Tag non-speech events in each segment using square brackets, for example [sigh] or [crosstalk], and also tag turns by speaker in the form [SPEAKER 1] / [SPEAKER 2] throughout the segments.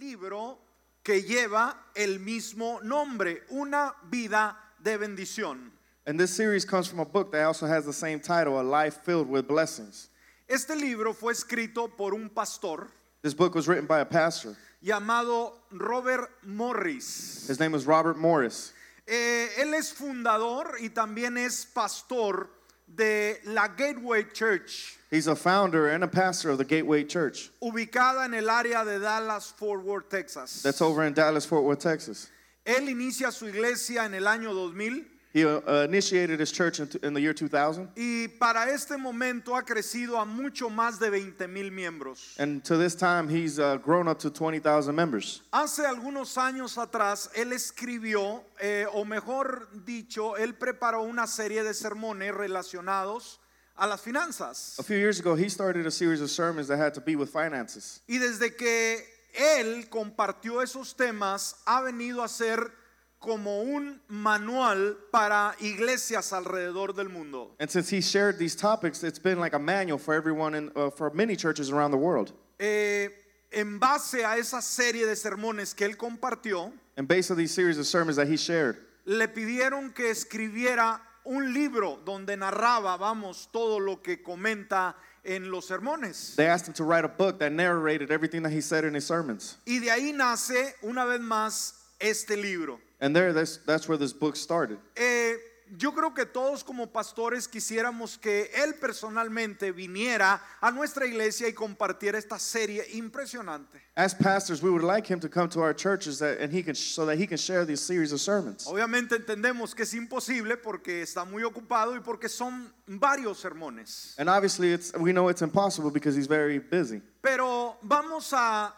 [SPEAKER 1] libro que lleva el mismo nombre, Una vida de bendición.
[SPEAKER 2] And this series comes from a book that also has the same title, A Life Filled with Blessings.
[SPEAKER 1] Este libro fue escrito por un pastor
[SPEAKER 2] This book was written by a pastor.
[SPEAKER 1] llamado Robert Morris.
[SPEAKER 2] His name was Robert Morris.
[SPEAKER 1] Eh, él es fundador y también es pastor de la Gateway Church,
[SPEAKER 2] He's a founder and a pastor of the Gateway Church
[SPEAKER 1] ubicada en el área de Dallas, Fort Worth, Texas.
[SPEAKER 2] that's over in Dallas, Fort Worth, Texas.
[SPEAKER 1] Él inicia su iglesia en el año 2000
[SPEAKER 2] He uh, initiated his church in, in the year 2000,
[SPEAKER 1] y para este momento ha crecido a mucho más de 20 mil miembros.
[SPEAKER 2] and to this time, he's uh, grown up to 20,000 members.
[SPEAKER 1] Hace algunos años atrás, él escribió, eh, o mejor dicho, él preparó una serie de sermones relacionados a las finanzas.
[SPEAKER 2] A few years ago, he started a series of sermons that had to be with finances.
[SPEAKER 1] Y desde que él compartió esos temas, ha venido a ser como un manual para iglesias alrededor del mundo.
[SPEAKER 2] And since he shared these topics, it's been like a manual for everyone in, uh, for many churches around the world.
[SPEAKER 1] Eh, en base a esa serie de sermones que él compartió,
[SPEAKER 2] And based on these series of sermons that he shared,
[SPEAKER 1] le pidieron que escribiera un libro donde narraba, vamos, todo lo que comenta en los sermones.
[SPEAKER 2] they asked him to write a book that narrated everything that he said in his sermons.
[SPEAKER 1] Y de ahí nace, una vez más, este libro.
[SPEAKER 2] And there, that's, that's where this book started.
[SPEAKER 1] Eh, yo creo que todos como pastores quisiéramos que él personalmente viniera a nuestra iglesia y compartiera esta serie impresionante.
[SPEAKER 2] As pastors, we would like him to come to our churches that, and he can, so that he can share these series of sermons.
[SPEAKER 1] Obviamente entendemos que es imposible porque está muy ocupado y porque son varios sermones.
[SPEAKER 2] And obviously, it's, we know it's impossible because he's very busy.
[SPEAKER 1] Pero vamos a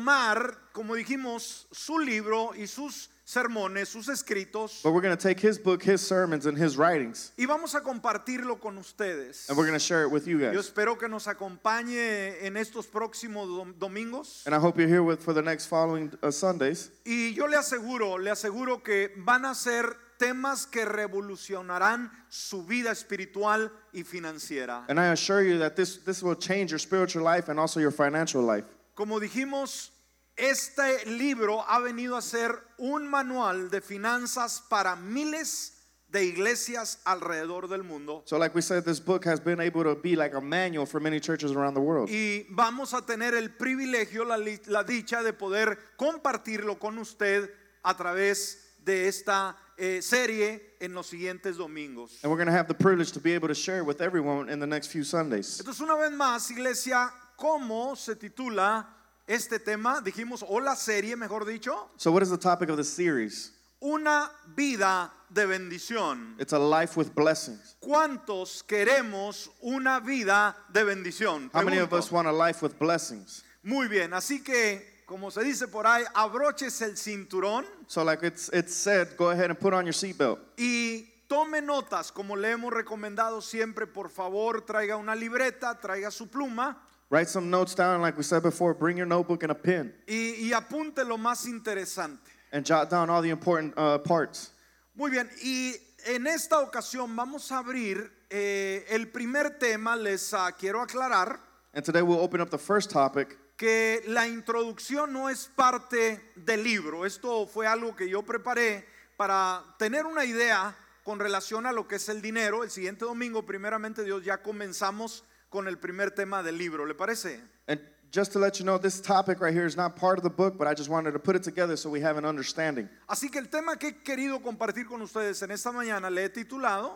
[SPEAKER 1] tomar, como dijimos, su libro y sus sermones, sus escritos,
[SPEAKER 2] But we're going to take his book, his sermons, and his writings,
[SPEAKER 1] y vamos a compartirlo con ustedes.
[SPEAKER 2] and we're going to share it with you
[SPEAKER 1] Yo
[SPEAKER 2] guys.
[SPEAKER 1] espero que nos acompañe en estos próximos dom- domingos.
[SPEAKER 2] And I hope you're here with for the next following uh, Sundays.
[SPEAKER 1] Y yo le aseguro, le aseguro que van a ser temas que revolucionarán su vida espiritual y financiera.
[SPEAKER 2] And I assure you that this, this will change your spiritual life and also your financial life.
[SPEAKER 1] Como dijimos, este libro ha venido a ser un manual de finanzas para miles de iglesias alrededor del mundo.
[SPEAKER 2] So, like we said, this book has been able to be like a manual for many churches around the world.
[SPEAKER 1] Y vamos a tener el privilegio, la, li- la dicha de poder compartirlo con usted a través de esta eh, serie en los siguientes domingos.
[SPEAKER 2] And we're going to have the privilege to be able to share with everyone in the next few Sundays.
[SPEAKER 1] Entonces, una vez más, iglesia, ¿cómo se titula este tema? Dijimos, o la serie, mejor dicho,
[SPEAKER 2] So, what is the topic of the series?
[SPEAKER 1] una vida de bendición.
[SPEAKER 2] It's a life with blessings.
[SPEAKER 1] ¿Cuántos queremos una vida de bendición?
[SPEAKER 2] How many of
[SPEAKER 1] Pregunto.
[SPEAKER 2] us want a life with blessings?
[SPEAKER 1] Muy bien, así que, como se dice por ahí, abroches el cinturón
[SPEAKER 2] So, like it's, it's said, go ahead and put on your seatbelt.
[SPEAKER 1] y tome notas, como le hemos recomendado siempre, por favor, traiga una libreta, traiga su pluma.
[SPEAKER 2] Write some notes down. Like we said before, bring your notebook and a pen
[SPEAKER 1] Y, y apunte lo más interesante.
[SPEAKER 2] and jot down all the important uh, parts.
[SPEAKER 1] Muy bien, y en esta ocasión vamos a abrir eh, el primer tema. Les ah, quiero aclarar
[SPEAKER 2] And today we'll open up the first topic.
[SPEAKER 1] que la introducción no es parte del libro. Esto fue algo que yo preparé para tener una idea con relación a lo que es el dinero. El siguiente domingo, primeramente Dios, ya comenzamos con el primer tema del libro. ¿Le parece?
[SPEAKER 2] And just to let you know, this topic right here is not part of the book, but I just wanted to put it together so we have an understanding.
[SPEAKER 1] Así que el tema que he querido compartir con ustedes en esta mañana le he titulado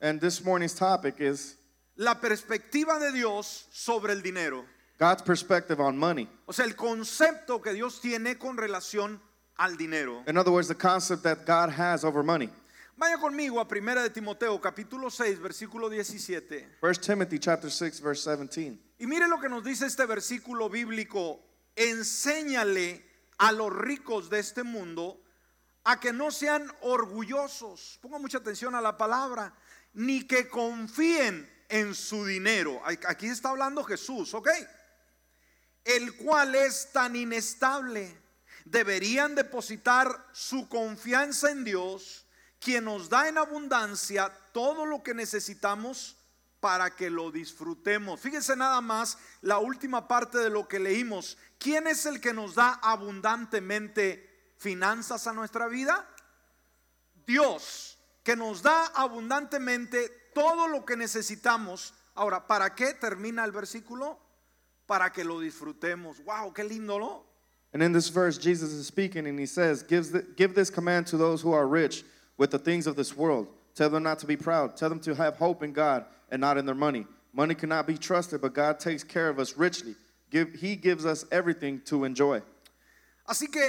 [SPEAKER 2] And this morning's topic is
[SPEAKER 1] La perspectiva de Dios sobre el dinero.
[SPEAKER 2] God's perspective on money.
[SPEAKER 1] O sea, el concepto que Dios tiene con relación al dinero.
[SPEAKER 2] In other words, the concept that God has over money.
[SPEAKER 1] Vaya conmigo a 1 de Timoteo capítulo 6 versículo 17.
[SPEAKER 2] 1 Timothy chapter 6 verse 17.
[SPEAKER 1] Y mire lo que nos dice este versículo bíblico. Enséñale a los ricos de este mundo a que no sean orgullosos. Ponga mucha atención a la palabra. Ni que confíen en su dinero. Aquí está hablando Jesús, ¿ok? el cual es tan inestable, deberían depositar su confianza en Dios, quien nos da en abundancia todo lo que necesitamos para que lo disfrutemos. Fíjense nada más la última parte de lo que leímos. ¿Quién es el que nos da abundantemente finanzas a nuestra vida? Dios, que nos da abundantemente todo lo que necesitamos. Ahora, ¿para qué termina el versículo? Para que lo disfrutemos. ¡Wow! ¡Qué lindo, ¿no?
[SPEAKER 2] And in this verse, Jesus is speaking and he says, Gives the, Give this command to those who are rich with the things of this world. Tell them not to be proud. Tell them to have hope in God and not in their money. Money cannot be trusted, but God takes care of us richly. Give, he gives us everything to enjoy.
[SPEAKER 1] Así que,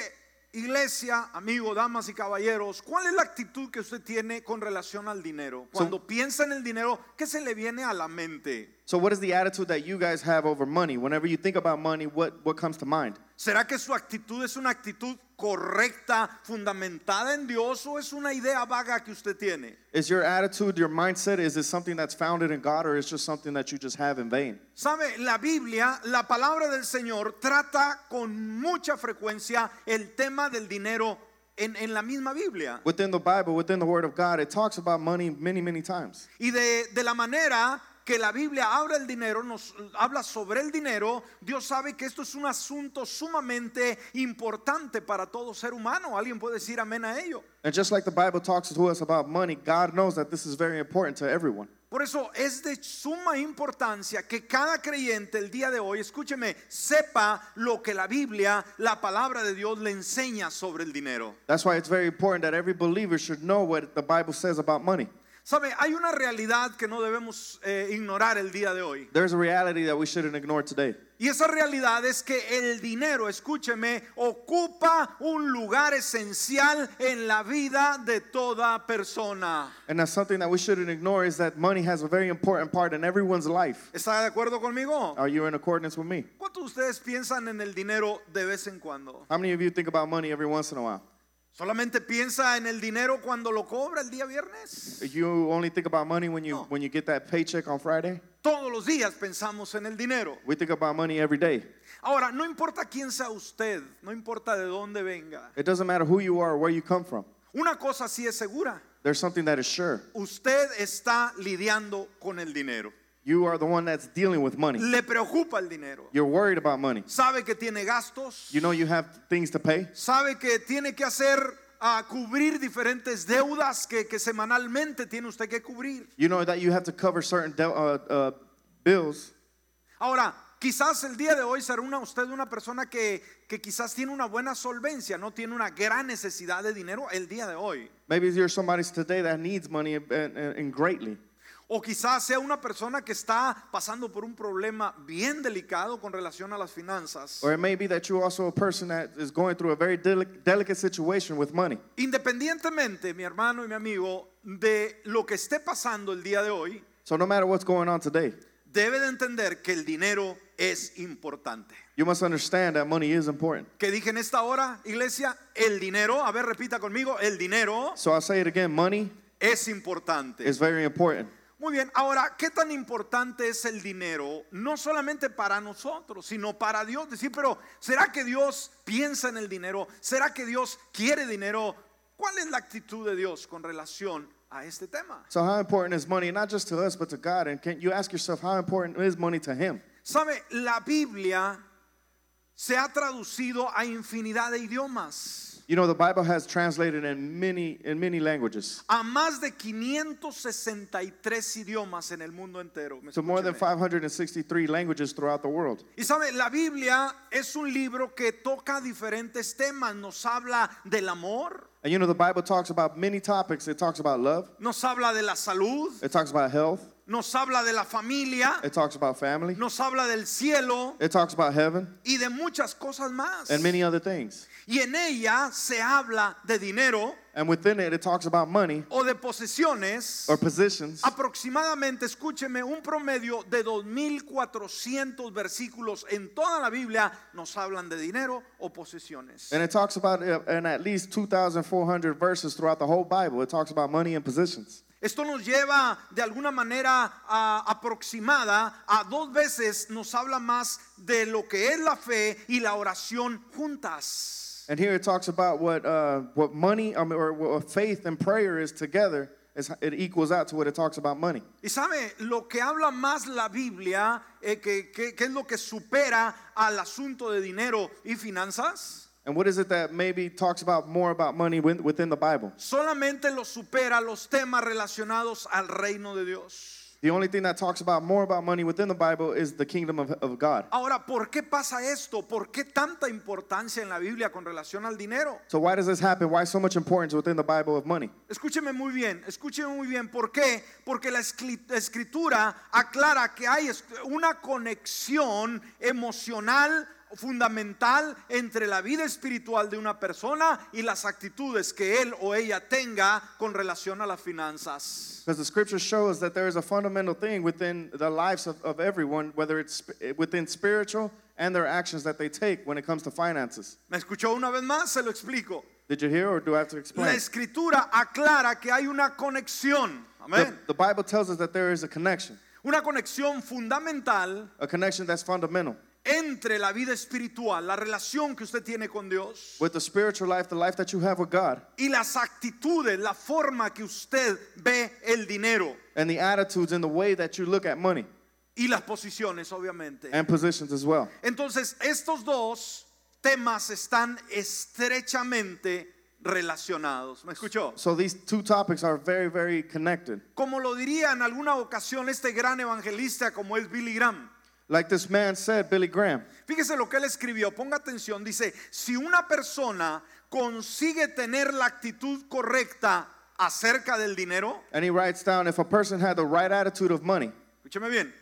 [SPEAKER 1] iglesia, amigos, damas y caballeros, ¿cuál es la actitud que usted tiene con relación al dinero? Cuando piensa en el dinero, ¿qué se le viene a la mente?
[SPEAKER 2] So, what is the attitude that you guys have over money? Whenever you think about money, what, what comes to mind?
[SPEAKER 1] ¿Será que su actitud es una actitud correcta, fundamentada en Dios o es una idea vaga que usted tiene?
[SPEAKER 2] Is your attitude, your mindset, is it something that's founded in God or is just something that you just have in vain?
[SPEAKER 1] Sabe, la Biblia, la palabra del Señor trata con mucha frecuencia el tema del dinero en, en la misma Biblia.
[SPEAKER 2] Within the Bible, within the Word of God, it talks about money many, many times.
[SPEAKER 1] Y de, de la manera que la Biblia habla el dinero, nos habla sobre el dinero, Dios sabe que esto es un asunto sumamente importante para todo ser humano. Alguien puede decir amén a ello.
[SPEAKER 2] And just like the Bible talks to us about money, God knows that this is very important to everyone.
[SPEAKER 1] Por eso es de suma importancia que cada creyente el día de hoy, escúcheme, sepa lo que la Biblia, la palabra de Dios le enseña sobre el dinero.
[SPEAKER 2] That's why it's very important that every believer should know what the Bible says about money.
[SPEAKER 1] Sabe, hay una realidad que no debemos eh, ignorar el día de hoy.
[SPEAKER 2] There's a reality that we shouldn't ignore today.
[SPEAKER 1] Y esa realidad es que el dinero, escúcheme, ocupa un lugar esencial en la vida de toda persona.
[SPEAKER 2] And that's something that we shouldn't ignore is that money has a very important part in everyone's life.
[SPEAKER 1] ¿Está de acuerdo conmigo?
[SPEAKER 2] Are you in accordance with me?
[SPEAKER 1] ¿Cuántos de ustedes piensan en el dinero de vez en cuando?
[SPEAKER 2] How many of you think about money every once in a while?
[SPEAKER 1] ¿Solamente piensa en el dinero cuando lo cobra el día viernes?
[SPEAKER 2] You only think about money when you
[SPEAKER 1] No.
[SPEAKER 2] when you get that paycheck on Friday?
[SPEAKER 1] Todos los días pensamos en el dinero.
[SPEAKER 2] We think about money every day.
[SPEAKER 1] Ahora, no importa quién sea usted, no importa de dónde venga.
[SPEAKER 2] It doesn't matter who you are or where you come from.
[SPEAKER 1] Una cosa sí es segura,
[SPEAKER 2] There's something that is sure.
[SPEAKER 1] usted está lidiando con el dinero.
[SPEAKER 2] You are the one that's dealing with money.
[SPEAKER 1] Le preocupa el dinero.
[SPEAKER 2] You're worried about money.
[SPEAKER 1] Sabe que tiene gastos,
[SPEAKER 2] You know you have things to pay.
[SPEAKER 1] sabe que tiene que hacer a cubrir diferentes deudas que, que semanalmente tiene usted que cubrir.
[SPEAKER 2] You know that you have to cover certain de- uh, uh, bills.
[SPEAKER 1] Ahora, quizás el día de hoy será una, usted una persona que, que quizás tiene una buena solvencia, no tiene una gran necesidad de dinero el día de hoy.
[SPEAKER 2] Maybe you're somebody today that needs money and, and, and greatly.
[SPEAKER 1] O quizás sea una persona que está pasando por un problema bien delicado con relación a las finanzas.
[SPEAKER 2] Or it may be that you're also a person that is going through a very deli- delicate situation with money.
[SPEAKER 1] Independientemente, mi hermano y mi amigo, de lo que esté pasando el día de hoy,
[SPEAKER 2] So no matter what's going on today,
[SPEAKER 1] debe de entender que el dinero es importante.
[SPEAKER 2] you must understand that money is important.
[SPEAKER 1] Que dije en esta hora, iglesia, el dinero, a ver, repita conmigo, el dinero
[SPEAKER 2] So I'll say it again, money
[SPEAKER 1] es importante.
[SPEAKER 2] is very important.
[SPEAKER 1] Muy bien, ahora, ¿qué tan importante es el dinero? No solamente para nosotros, sino para Dios. Decir, pero ¿será que Dios piensa en el dinero? ¿Será que Dios quiere dinero? ¿Cuál es la actitud de Dios con relación a este tema?
[SPEAKER 2] So how important is money, not just to us, but to God? And can you ask yourself, how important is money to him?
[SPEAKER 1] Sabe, la Biblia se ha traducido a infinidad de idiomas,
[SPEAKER 2] You know, the Bible has translated in many, in many languages.
[SPEAKER 1] a más de 563 idiomas en el mundo entero. ¿Me
[SPEAKER 2] to more than
[SPEAKER 1] escúcheme?
[SPEAKER 2] 563 languages throughout the world.
[SPEAKER 1] Y sabe, la Biblia es un libro que toca diferentes temas. Nos habla del amor,
[SPEAKER 2] And you know, the Bible talks about many topics. It talks about love,
[SPEAKER 1] nos habla de la salud,
[SPEAKER 2] it talks about health,
[SPEAKER 1] nos habla de la familia,
[SPEAKER 2] it talks about family,
[SPEAKER 1] nos habla del cielo
[SPEAKER 2] it talks about heaven,
[SPEAKER 1] y de muchas cosas más.
[SPEAKER 2] and many other things.
[SPEAKER 1] Y en ella se habla de dinero
[SPEAKER 2] And within it, it talks about money
[SPEAKER 1] o de posesiones.
[SPEAKER 2] or positions.
[SPEAKER 1] Aproximadamente, escúcheme, un promedio de 2.400 versículos en toda la Biblia nos hablan de dinero o posesiones.
[SPEAKER 2] And it talks about uh, in at least 2,400 verses throughout the whole Bible. It talks about money and positions.
[SPEAKER 1] Esto nos lleva de alguna manera a- aproximada a dos veces nos habla más de lo que es la fe y la oración juntas.
[SPEAKER 2] And here it talks about what, uh, what money um, or what faith and prayer is together. is, it equals out to what it talks about money.
[SPEAKER 1] Y sabe, lo que habla más la Biblia, eh, que, que- que es lo que supera al asunto de dinero y finanzas,
[SPEAKER 2] And what is it that maybe talks about more about money within within the Bible?
[SPEAKER 1] solamente lo supera los temas relacionados al reino de Dios.
[SPEAKER 2] The only thing that talks about more about money within the Bible is the kingdom of, of God.
[SPEAKER 1] Ahora, ¿por qué pasa esto? ¿Por qué tanta importancia en la Biblia con relación al dinero?
[SPEAKER 2] So why does this happen? Why so much importance within the Bible of money?
[SPEAKER 1] Escúcheme muy bien, escúcheme muy bien. ¿Por qué? Porque la escri- escritura aclara que hay es- una conexión emocional fundamental entre la vida espiritual de una persona y las actitudes que él o ella tenga con relación a las finanzas.
[SPEAKER 2] Because the scripture shows that there is a fundamental thing within the lives of, of everyone, whether it's sp- eh, within spiritual and their actions that they take when it comes to finances.
[SPEAKER 1] ¿Me escuchó una vez más? Se lo explico.
[SPEAKER 2] Did you hear or do I have to
[SPEAKER 1] La
[SPEAKER 2] explain?
[SPEAKER 1] escritura aclara que hay una conexión,
[SPEAKER 2] The,
[SPEAKER 1] amén.
[SPEAKER 2] the Bible tells us that there is a connection,
[SPEAKER 1] Una conexión fundamental
[SPEAKER 2] a connection that's fundamental
[SPEAKER 1] entre la vida espiritual, la relación que usted tiene con Dios
[SPEAKER 2] with the spiritual life, the life that you have with God,
[SPEAKER 1] y las actitudes, la forma que usted ve el dinero
[SPEAKER 2] and the attitudes and the way that you look at money
[SPEAKER 1] y las posiciones, obviamente.
[SPEAKER 2] and positions as well.
[SPEAKER 1] Entonces, estos dos temas están estrechamente relacionados. ¿Me escuchó?
[SPEAKER 2] So these two topics are very, very connected.
[SPEAKER 1] Como lo diría en alguna ocasión este gran evangelista como es Billy Graham.
[SPEAKER 2] Like this man said, Billy Graham.
[SPEAKER 1] Fíjese lo que él escribió, ponga atención, dice, si una persona consigue tener la actitud correcta acerca del dinero,
[SPEAKER 2] And he writes down if a person had the right attitude of money,
[SPEAKER 1] Escúchame bien.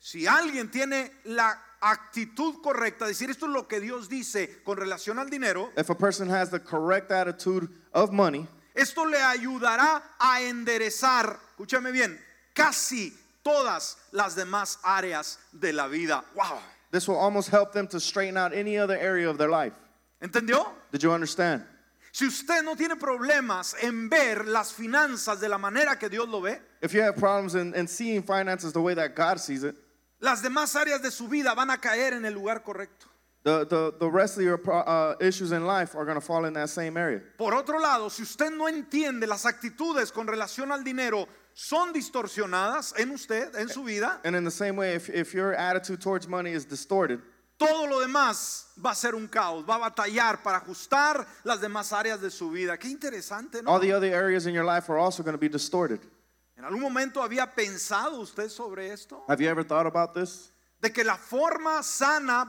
[SPEAKER 1] Si alguien tiene la actitud correcta, decir esto es lo que Dios dice con relación al dinero,
[SPEAKER 2] if a person has the correct attitude of money,
[SPEAKER 1] esto le ayudará a enderezar, escúchame bien, casi todas las demás áreas de la vida. Wow.
[SPEAKER 2] this will almost help them to straighten out any other area of their life.
[SPEAKER 1] ¿Entendió?
[SPEAKER 2] Did you understand?
[SPEAKER 1] Si usted no tiene problemas en ver las finanzas de la manera que Dios lo ve,
[SPEAKER 2] If you have problems in, in seeing finances the way that God sees it,
[SPEAKER 1] las demás áreas de su vida van a caer en el lugar correcto.
[SPEAKER 2] the, the, the rest of your pro- uh, issues in life are going to fall in that same area.
[SPEAKER 1] Por otro lado, si usted no entiende las actitudes con relación al dinero son distorsionadas en usted, en su vida,
[SPEAKER 2] And in the same way, if, if your attitude towards money is distorted,
[SPEAKER 1] todo lo demás va a ser un caos, va a batallar para ajustar las demás áreas de su vida. Qué interesante, ¿no?
[SPEAKER 2] all the other areas in your life are also going to be distorted.
[SPEAKER 1] ¿En algún momento había pensado usted sobre esto?
[SPEAKER 2] Have you ever thought about this?
[SPEAKER 1] De que la forma sana,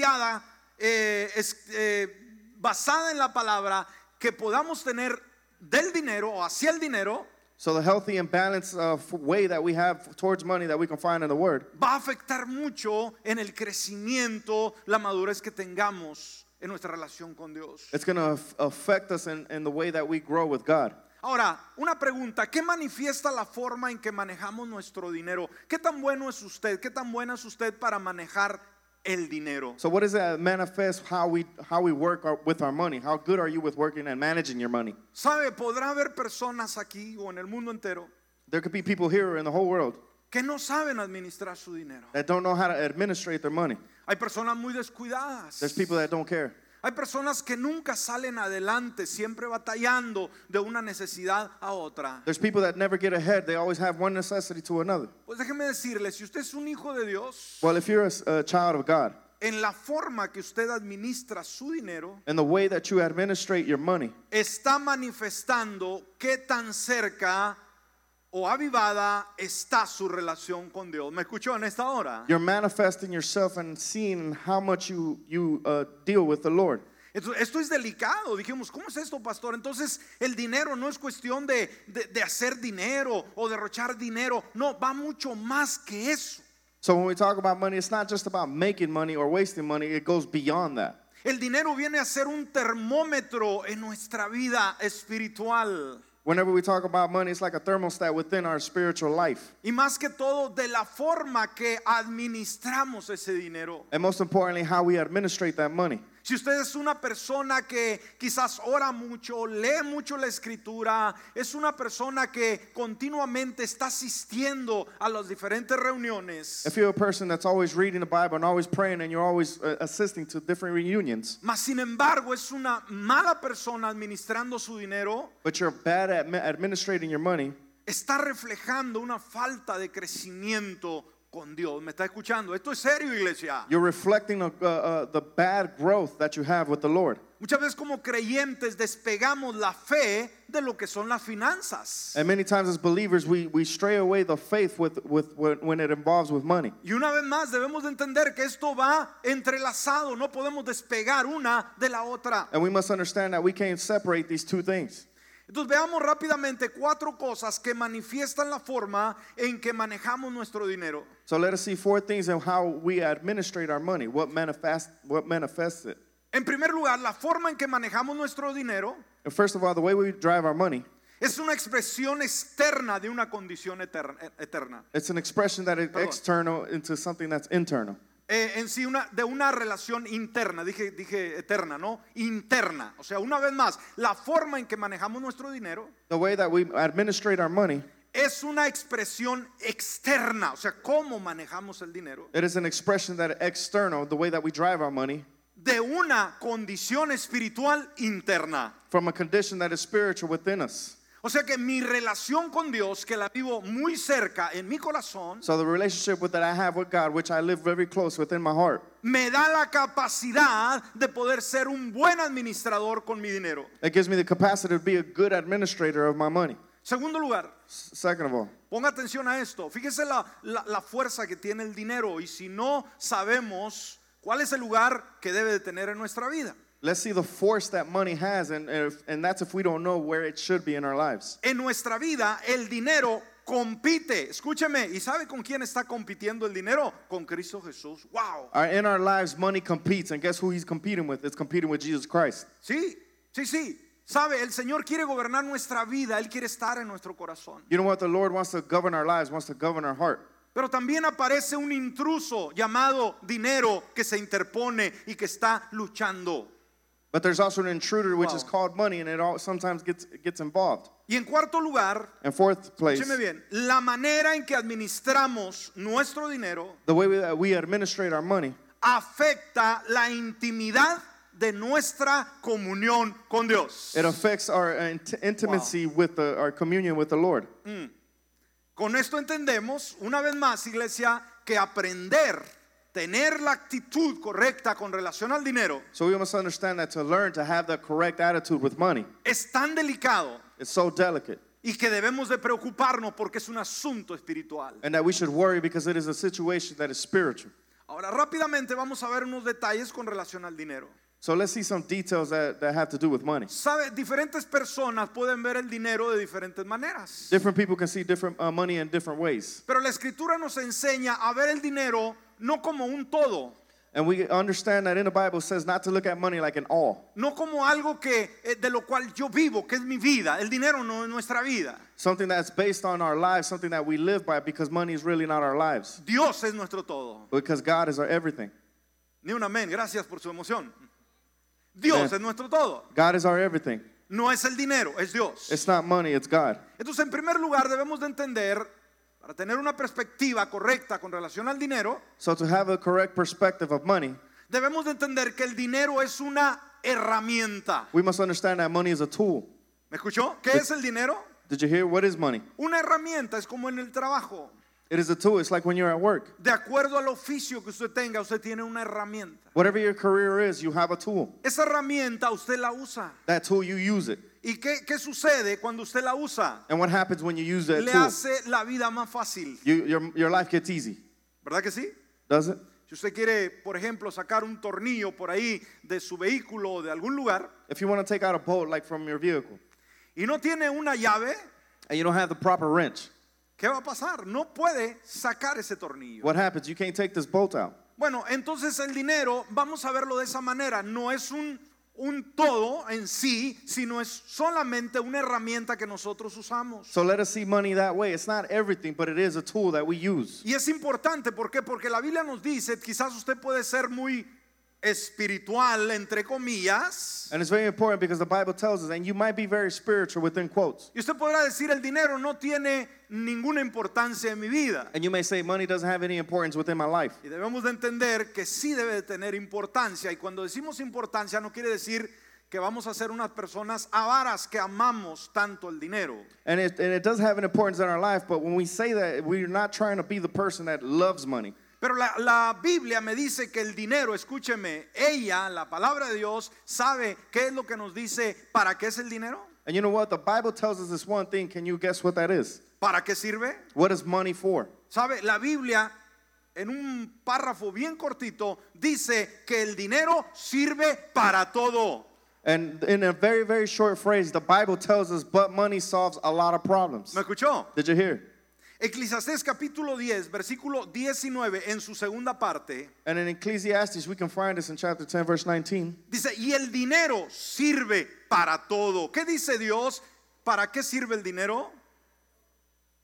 [SPEAKER 1] balanceada, eh, es- eh, basada en la palabra, que podamos tener del dinero o hacia el dinero,
[SPEAKER 2] So the healthy and balanced uh, f- way that we have towards money that we can find in the Word
[SPEAKER 1] va a afectar mucho en el crecimiento, la madurez que tengamos en nuestra relación con Dios.
[SPEAKER 2] It's going to affect us in, in the way that we grow with God.
[SPEAKER 1] Ahora, una pregunta, ¿qué manifiesta la forma en que manejamos nuestro dinero? ¿Qué tan bueno es usted? ¿Qué tan buena es usted para manejar el dinero?
[SPEAKER 2] So what is that manifest how we how we work our, with our money? How good are you with working and managing your money?
[SPEAKER 1] ¿Sabe? Podrá haber personas aquí o en el mundo entero
[SPEAKER 2] There could be people here in the whole world
[SPEAKER 1] que no saben administrar su dinero.
[SPEAKER 2] that don't know how to administrate their money.
[SPEAKER 1] Hay personas muy descuidadas.
[SPEAKER 2] There's people that don't care.
[SPEAKER 1] Hay personas que nunca salen adelante, siempre batallando de una necesidad a otra.
[SPEAKER 2] There's people that never get ahead. They always have one necessity to another.
[SPEAKER 1] Pues déjeme decirle, si usted es un hijo de Dios,
[SPEAKER 2] Well, if you're a, s- a child of God,
[SPEAKER 1] en la forma que usted administra su dinero,
[SPEAKER 2] and the way that you administrate your money,
[SPEAKER 1] está manifestando qué tan cerca o avivada está su relación con Dios. ¿Me escuchó en esta hora?
[SPEAKER 2] you're manifesting yourself and seeing how much you you uh, deal with the Lord.
[SPEAKER 1] Esto, esto es delicado. Dijimos, ¿cómo es esto, pastor? Entonces, el dinero no es cuestión de, de- de hacer dinero o derrochar dinero. No, va mucho más que eso.
[SPEAKER 2] So when we talk about money, it's not just about making money or wasting money. It goes beyond that.
[SPEAKER 1] El dinero viene a ser un termómetro en nuestra vida espiritual.
[SPEAKER 2] Whenever we talk about money, it's like a thermostat within our spiritual life.
[SPEAKER 1] Y más que todo de la forma que administramos ese dinero.
[SPEAKER 2] And most importantly, how we administrate that money.
[SPEAKER 1] Si usted es una persona que quizás ora mucho, lee mucho la escritura, es una persona que continuamente está asistiendo a las diferentes reuniones,
[SPEAKER 2] If you're a person that's always reading the Bible and always praying and you're always uh, assisting to different reunions,
[SPEAKER 1] mas sin embargo es una mala persona administrando su dinero,
[SPEAKER 2] but you're bad at ma- administrating your money,
[SPEAKER 1] está reflejando una falta de crecimiento con Dios. ¿Me está escuchando? Esto es serio, iglesia.
[SPEAKER 2] You're reflecting uh, uh, the bad growth that you have with the Lord.
[SPEAKER 1] Muchas veces como creyentes despegamos la fe de lo que son las finanzas.
[SPEAKER 2] And many times as believers, we, we stray away the faith with, with, when when it involves with money.
[SPEAKER 1] Y una vez más debemos de entender que esto va entrelazado, no podemos despegar una de la otra.
[SPEAKER 2] And we must understand that we can't separate these two things.
[SPEAKER 1] Entonces veamos rápidamente cuatro cosas que manifiestan la forma en que manejamos nuestro dinero.
[SPEAKER 2] So let us see four things in how we administrate our money, what, manifest, what manifests it.
[SPEAKER 1] En primer lugar, la forma en que manejamos nuestro dinero
[SPEAKER 2] And first of all, the way we drive our money,
[SPEAKER 1] es una expresión externa de una condición eterna. eterna.
[SPEAKER 2] it's an expression that is
[SPEAKER 1] Perdón.
[SPEAKER 2] external into something that's internal.
[SPEAKER 1] Eh, en sí una, de una relación interna, dije, dije eterna, ¿no? Interna. O sea, una vez más, la forma en que manejamos nuestro dinero
[SPEAKER 2] The way that we administrate our money,
[SPEAKER 1] es una expresión externa, o sea, cómo manejamos el dinero,
[SPEAKER 2] it is an expression that is external, the way that we drive our money,
[SPEAKER 1] de una condición espiritual interna.
[SPEAKER 2] from a condition that is spiritual within us.
[SPEAKER 1] O sea que mi relación con Dios, que la vivo muy cerca en mi corazón,
[SPEAKER 2] So the relationship with, that I have with God, which I live very close within my heart,
[SPEAKER 1] me da la capacidad de poder ser un buen administrador con mi dinero.
[SPEAKER 2] it gives me the capacity to be a good administrator of my money.
[SPEAKER 1] Segundo lugar,
[SPEAKER 2] S- Second of all,
[SPEAKER 1] Ponga atención a esto. Fíjese la, la- la fuerza que tiene el dinero y si no sabemos cuál es el lugar que debe de tener en nuestra vida.
[SPEAKER 2] let's see the force that money has, and, if, and that's if we don't know where it should be in our lives.
[SPEAKER 1] En nuestra vida el dinero compite. Escúcheme, ¿y sabe con quién está compitiendo el dinero? Con Cristo Jesús. ¡Wow!
[SPEAKER 2] Our, in our lives, money competes, and guess who he's competing with? It's competing with Jesus Christ.
[SPEAKER 1] Sí, sí, sí. Sabe, el Señor quiere gobernar nuestra vida, Él quiere estar en nuestro corazón.
[SPEAKER 2] You know what? The Lord wants to govern our lives, wants to govern our heart.
[SPEAKER 1] Pero también aparece un intruso llamado dinero que se interpone y que está luchando.
[SPEAKER 2] But there's also an intruder, which is
[SPEAKER 1] Wow.
[SPEAKER 2] called money, and it all, sometimes gets, gets involved.
[SPEAKER 1] Y en cuarto lugar,
[SPEAKER 2] And fourth place,
[SPEAKER 1] Escúcheme bien, la manera en que administramos nuestro dinero
[SPEAKER 2] the way we, that we administrate our money
[SPEAKER 1] afecta la intimidad de nuestra comunión con Dios.
[SPEAKER 2] It affects our uh, int- intimacy with the, our communion with the Lord.
[SPEAKER 1] Con esto entendemos, una vez más, iglesia, que aprender, tener la actitud correcta con relación al dinero
[SPEAKER 2] So we must understand that to learn to have the correct attitude with money,
[SPEAKER 1] es tan delicado
[SPEAKER 2] it's so delicate,
[SPEAKER 1] y que debemos de preocuparnos porque es un asunto espiritual.
[SPEAKER 2] and that we should worry because it is a situation that is spiritual.
[SPEAKER 1] Ahora rápidamente vamos a ver unos detalles con relación al dinero.
[SPEAKER 2] So let's see some details that, that have to do with money.
[SPEAKER 1] Sabe, diferentes personas pueden ver el dinero de diferentes maneras.
[SPEAKER 2] Different people can see different uh, money in different ways,
[SPEAKER 1] Pero la escritura nos enseña a ver el dinero no como un todo,
[SPEAKER 2] and we understand that in the Bible it says not to look at money like an all,
[SPEAKER 1] no como algo que eh, de lo cual yo vivo, que es mi vida. El dinero no es nuestra vida.
[SPEAKER 2] something that's based on our lives, something that we live by, because money is really not our lives,
[SPEAKER 1] Dios es nuestro todo.
[SPEAKER 2] because God is our everything.
[SPEAKER 1] Ni un amén, gracias por su emoción. Dios
[SPEAKER 2] Amén.
[SPEAKER 1] es nuestro todo.
[SPEAKER 2] God is our everything.
[SPEAKER 1] No es el dinero, es Dios.
[SPEAKER 2] It's not money, it's God.
[SPEAKER 1] Entonces, en primer lugar, debemos de entender para tener una perspectiva correcta con relación al dinero,
[SPEAKER 2] So to have a correct perspective of money,
[SPEAKER 1] debemos de entender que el dinero es una herramienta.
[SPEAKER 2] we must understand that money is a tool.
[SPEAKER 1] ¿Me escuchó? ¿Qué es el dinero?
[SPEAKER 2] Did you hear? What is money?
[SPEAKER 1] Una herramienta es como en el trabajo.
[SPEAKER 2] It is a tool. It's like when you're at work.
[SPEAKER 1] De acuerdo al oficio que usted tenga, usted tiene una herramienta.
[SPEAKER 2] Whatever your career is, you have a tool.
[SPEAKER 1] Esa herramienta usted la usa.
[SPEAKER 2] That tool, you use it.
[SPEAKER 1] ¿Y qué, qué sucede cuando usted la usa?
[SPEAKER 2] And what happens when you use that
[SPEAKER 1] Le
[SPEAKER 2] tool?
[SPEAKER 1] hace la vida más fácil.
[SPEAKER 2] You, your, your life gets easy,
[SPEAKER 1] ¿Verdad que sí?
[SPEAKER 2] does it?
[SPEAKER 1] Si usted quiere, por ejemplo, sacar un tornillo por ahí de su vehículo o de algún lugar
[SPEAKER 2] If you want to take out a bolt, like from your vehicle,
[SPEAKER 1] y no tiene una llave,
[SPEAKER 2] and you don't have the proper wrench,
[SPEAKER 1] ¿qué va a pasar? No puede sacar ese tornillo.
[SPEAKER 2] what happens? You can't take this bolt out.
[SPEAKER 1] Bueno, entonces el dinero, vamos a verlo de esa manera, no es un, un todo en sí, sino es solamente una herramienta que nosotros usamos.
[SPEAKER 2] So let us see money that way. It's not everything, but it is a tool that we use.
[SPEAKER 1] Y es importante, ¿por qué? Porque la Biblia nos dice, quizás usted puede ser muy espiritual, entre comillas,
[SPEAKER 2] And it's very important because the Bible tells us, and you might be very spiritual within quotes.
[SPEAKER 1] y usted podrá decir, el dinero no tiene ninguna importancia en mi vida.
[SPEAKER 2] And you may say, money doesn't have any importance within my life.
[SPEAKER 1] Y debemos de entender que sí debe de tener importancia, y cuando decimos importancia no quiere decir que vamos a ser unas personas avaras que amamos tanto el dinero.
[SPEAKER 2] And it, and it does have an importance in our life, but when we say that, we're not trying to be the person that loves money.
[SPEAKER 1] Pero la, la Biblia me dice que el dinero, escúcheme, ella, la palabra de Dios, sabe qué es lo que nos dice, ¿para qué es el dinero?
[SPEAKER 2] And you know what? The Bible tells us this one thing. Can you guess what that is?
[SPEAKER 1] ¿Para qué sirve?
[SPEAKER 2] What is money for?
[SPEAKER 1] ¿Sabe? La Biblia, en un párrafo bien cortito, dice que el dinero sirve para todo.
[SPEAKER 2] And in a very, very short phrase, the Bible tells us, but money solves a lot of problems.
[SPEAKER 1] ¿Me escuchó?
[SPEAKER 2] Did you hear?
[SPEAKER 1] Eclesiastés capítulo 10, versículo 19, en su segunda parte,
[SPEAKER 2] And in Ecclesiastes, we can find this in chapter 10, verse 19.
[SPEAKER 1] dice, y el dinero sirve para todo. ¿Qué dice Dios? ¿Para qué sirve el dinero?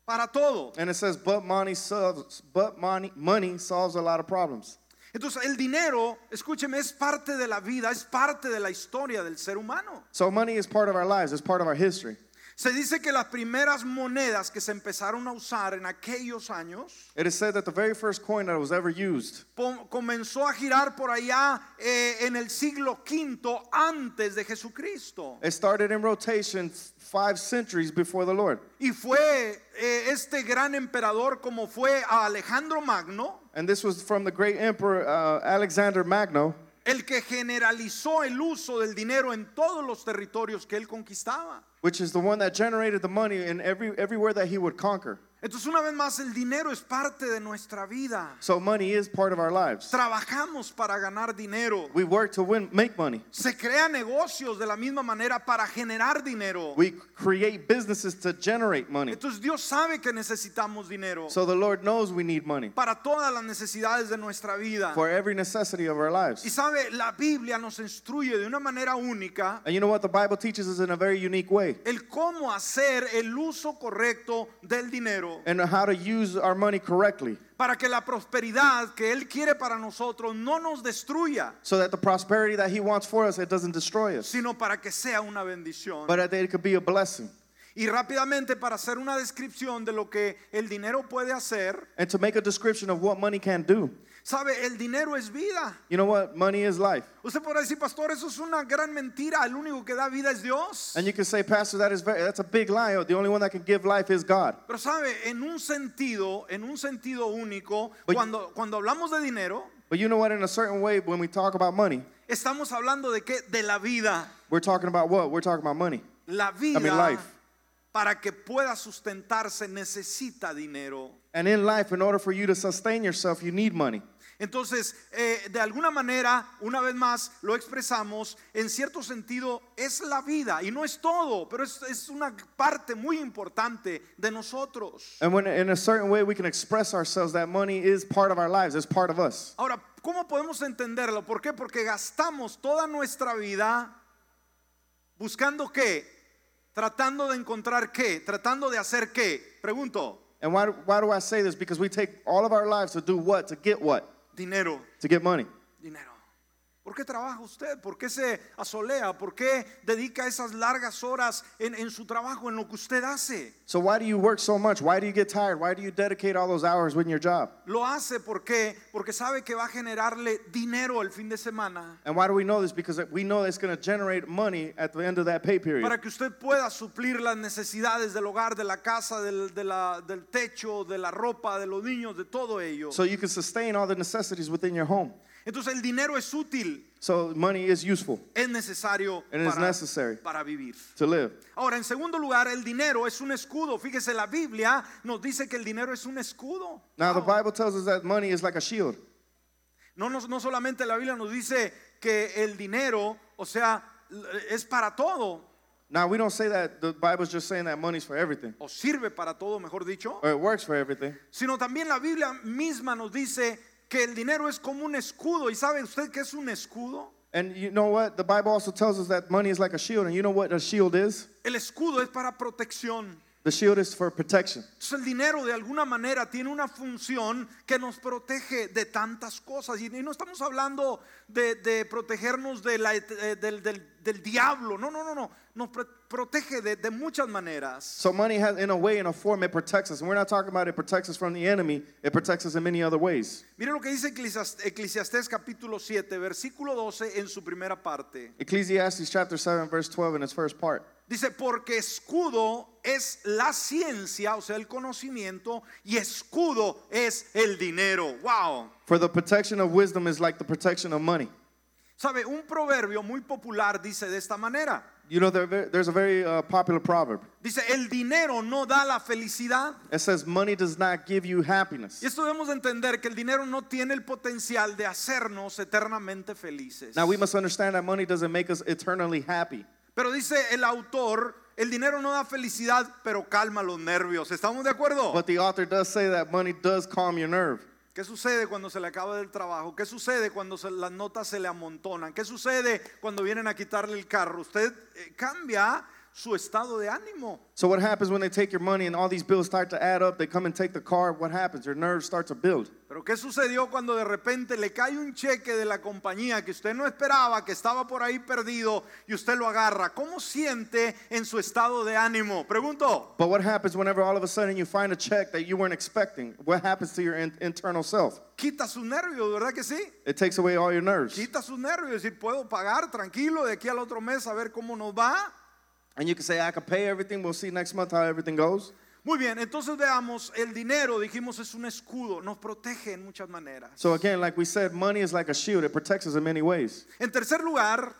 [SPEAKER 1] Para todo.
[SPEAKER 2] And it says, but money solves, but money, money solves a lot of problems.
[SPEAKER 1] Entonces el dinero, escúcheme, es parte de la vida, es parte de la historia del ser humano.
[SPEAKER 2] So money is part of our lives. It's part of our history.
[SPEAKER 1] Se dice que las primeras monedas que se empezaron a usar en aquellos años
[SPEAKER 2] It is said that the very first coin that was ever used
[SPEAKER 1] po- comenzó a girar por allá eh, en el siglo V antes de Jesucristo.
[SPEAKER 2] It started in rotation five centuries before the Lord.
[SPEAKER 1] Y fue eh, este gran emperador como fue a Alejandro Magno
[SPEAKER 2] And this was from the great emperor uh, Alexander Magno,
[SPEAKER 1] el que generalizó el uso del dinero en todos los territorios que él conquistaba.
[SPEAKER 2] which is the one that generated the money in every, everywhere that he would conquer.
[SPEAKER 1] Entonces una vez más el dinero es parte de nuestra vida.
[SPEAKER 2] So money is part of our lives.
[SPEAKER 1] Trabajamos para ganar dinero.
[SPEAKER 2] We work to win, make money.
[SPEAKER 1] Se crean negocios de la misma manera para generar dinero.
[SPEAKER 2] We create businesses to generate money.
[SPEAKER 1] Entonces Dios sabe que necesitamos dinero
[SPEAKER 2] So the Lord knows we need money
[SPEAKER 1] para todas las necesidades de nuestra vida.
[SPEAKER 2] for every necessity of our
[SPEAKER 1] Y
[SPEAKER 2] lives.
[SPEAKER 1] sabe, la Biblia nos instruye de una manera única
[SPEAKER 2] And you know what? The Bible teaches us in a very unique way
[SPEAKER 1] el cómo hacer el uso correcto del dinero
[SPEAKER 2] and how to use our money correctly
[SPEAKER 1] para que la prosperidad que Él quiere para nosotros no nos destruya,
[SPEAKER 2] so that the prosperity that he wants for us, it doesn't destroy us,
[SPEAKER 1] sino para que sea una bendición.
[SPEAKER 2] but that it could be a blessing.
[SPEAKER 1] Y rápidamente para hacer una descripción de lo que el dinero puede hacer,
[SPEAKER 2] And to make a description of what money can do,
[SPEAKER 1] sabe, el dinero es vida.
[SPEAKER 2] you know what? Money is life.
[SPEAKER 1] Usted podrá decir, pastor, eso es una gran mentira. El único que da vida es Dios.
[SPEAKER 2] And you can say, Pastor, that is very, that's a big lie. The only one that can give life is God.
[SPEAKER 1] Pero sabe, en un sentido, en un sentido único,
[SPEAKER 2] Oye.
[SPEAKER 1] cuando, cuando hablamos de dinero,
[SPEAKER 2] But you know what? In a certain way, when we talk about money,
[SPEAKER 1] estamos hablando de qué? De la vida.
[SPEAKER 2] we're talking about what? We're talking about money.
[SPEAKER 1] La vida,
[SPEAKER 2] life.
[SPEAKER 1] para que pueda sustentarse, necesita dinero.
[SPEAKER 2] And in life, in order for you to sustain yourself, you need money.
[SPEAKER 1] Entonces, eh, de alguna manera, una vez más, lo expresamos, en cierto sentido, es la vida, y no es todo, pero es, es una parte muy importante de nosotros.
[SPEAKER 2] And when, in a certain way, we can express ourselves that money is part of our lives, it's part of us.
[SPEAKER 1] Ahora, ¿cómo podemos entenderlo? ¿Por qué? Porque gastamos toda nuestra vida buscando qué, tratando de encontrar qué, tratando de hacer qué. Pregunto,
[SPEAKER 2] And why, why do I say this? Because we take all of our lives to do what? To get what?
[SPEAKER 1] dinero.
[SPEAKER 2] To get money.
[SPEAKER 1] dinero. ¿Por qué trabaja usted? ¿Por qué se asolea? ¿Por qué dedica esas largas horas en, en su trabajo, en lo que usted hace?
[SPEAKER 2] So why do you work so much? Why do you get tired? Why do you dedicate all those hours in your job?
[SPEAKER 1] Lo hace ¿por qué? porque sabe que va a generarle dinero el fin de semana
[SPEAKER 2] And why do we know this? Because we know it's going to generate money at the end of that pay period.
[SPEAKER 1] para que usted pueda suplir las necesidades del hogar, de la casa, del, de la- del techo, de la ropa, de los niños, de todo ello.
[SPEAKER 2] So you can sustain all the necessities within your home.
[SPEAKER 1] Entonces el dinero es útil,
[SPEAKER 2] So money is useful
[SPEAKER 1] es necesario
[SPEAKER 2] And it's
[SPEAKER 1] para-
[SPEAKER 2] necessary.
[SPEAKER 1] para vivir.
[SPEAKER 2] to live.
[SPEAKER 1] Ahora, en segundo lugar, el dinero es un escudo. Fíjese, la Biblia nos dice que el dinero es un escudo.
[SPEAKER 2] Now the Bible tells us that money is like a shield.
[SPEAKER 1] No, no, no solamente la Biblia nos dice que el dinero, o sea, l- es para todo,
[SPEAKER 2] Now we don't say that the Bible's just saying that money's for everything
[SPEAKER 1] o sirve para todo, mejor dicho,
[SPEAKER 2] or it works for everything.
[SPEAKER 1] sino también la Biblia misma nos dice que el dinero es como un escudo. ¿Y sabe usted qué es un escudo?
[SPEAKER 2] And you know what? The Bible also tells us that money is like a shield. And you know what a shield is?
[SPEAKER 1] El escudo es para protección.
[SPEAKER 2] The- The shield is for protection.
[SPEAKER 1] Entonces el dinero de alguna manera tiene una función que nos protege de tantas cosas. Y y no estamos hablando de, de protegernos de la- eh, del, del- del diablo. No, no, no, no. Nos pro- protege de, de muchas maneras.
[SPEAKER 2] So money has, in a way, in a form, it protects us. And we're not talking about it protects us from the enemy. It protects us in many other ways.
[SPEAKER 1] Mire lo que dice Eclesias- Eclesiastés capítulo 7, versículo 12 en su primera parte.
[SPEAKER 2] Ecclesiastes chapter 7, verse 12 in its first part.
[SPEAKER 1] Dice, porque escudo es la ciencia, o sea, el conocimiento, y escudo es el dinero. ¡Wow!
[SPEAKER 2] For the protection of wisdom is like the protection of money.
[SPEAKER 1] ¿Sabe? Un proverbio muy popular dice de esta manera.
[SPEAKER 2] You know, there, there's a very uh, popular proverb.
[SPEAKER 1] Dice, el dinero no da la felicidad.
[SPEAKER 2] It says, money does not give you happiness.
[SPEAKER 1] Y esto debemos de entender que el dinero no tiene el potencial de hacernos eternamente felices.
[SPEAKER 2] Now, we must understand that money doesn't make us eternally happy.
[SPEAKER 1] Pero dice el autor, el dinero no da felicidad, pero calma los nervios. ¿Estamos de acuerdo?
[SPEAKER 2] But the author does say that money does calm your nerve.
[SPEAKER 1] ¿Qué sucede cuando se le acaba el trabajo? ¿Qué sucede cuando se- las notas se le amontonan? ¿Qué sucede cuando vienen a quitarle el carro? Usted eh, cambia su estado de ánimo.
[SPEAKER 2] So, what happens when they take your money and all these bills start to add up? They come and take the car. What happens? Your nerves start to build.
[SPEAKER 1] Pero ¿qué sucedió cuando de repente le cae un cheque de la compañía que usted no esperaba, que estaba por ahí perdido y usted lo agarra? ¿Cómo siente en su estado de ánimo? Pregunto.
[SPEAKER 2] But what happens whenever all of a sudden you find a check that you weren't expecting? What happens to your in- internal self?
[SPEAKER 1] Quita sus nervios, ¿verdad que sí?
[SPEAKER 2] It takes away all your nerves.
[SPEAKER 1] Quita sus nervios, es decir, puedo pagar tranquilo de aquí al otro mes a ver cómo nos va.
[SPEAKER 2] And you can say, I can pay everything. We'll see next month how everything goes.
[SPEAKER 1] Muy bien, entonces veamos, el dinero, dijimos, es un escudo, nos protege en muchas maneras.
[SPEAKER 2] So, again, like we said, money is like a shield, it protects us in many ways.
[SPEAKER 1] En tercer lugar,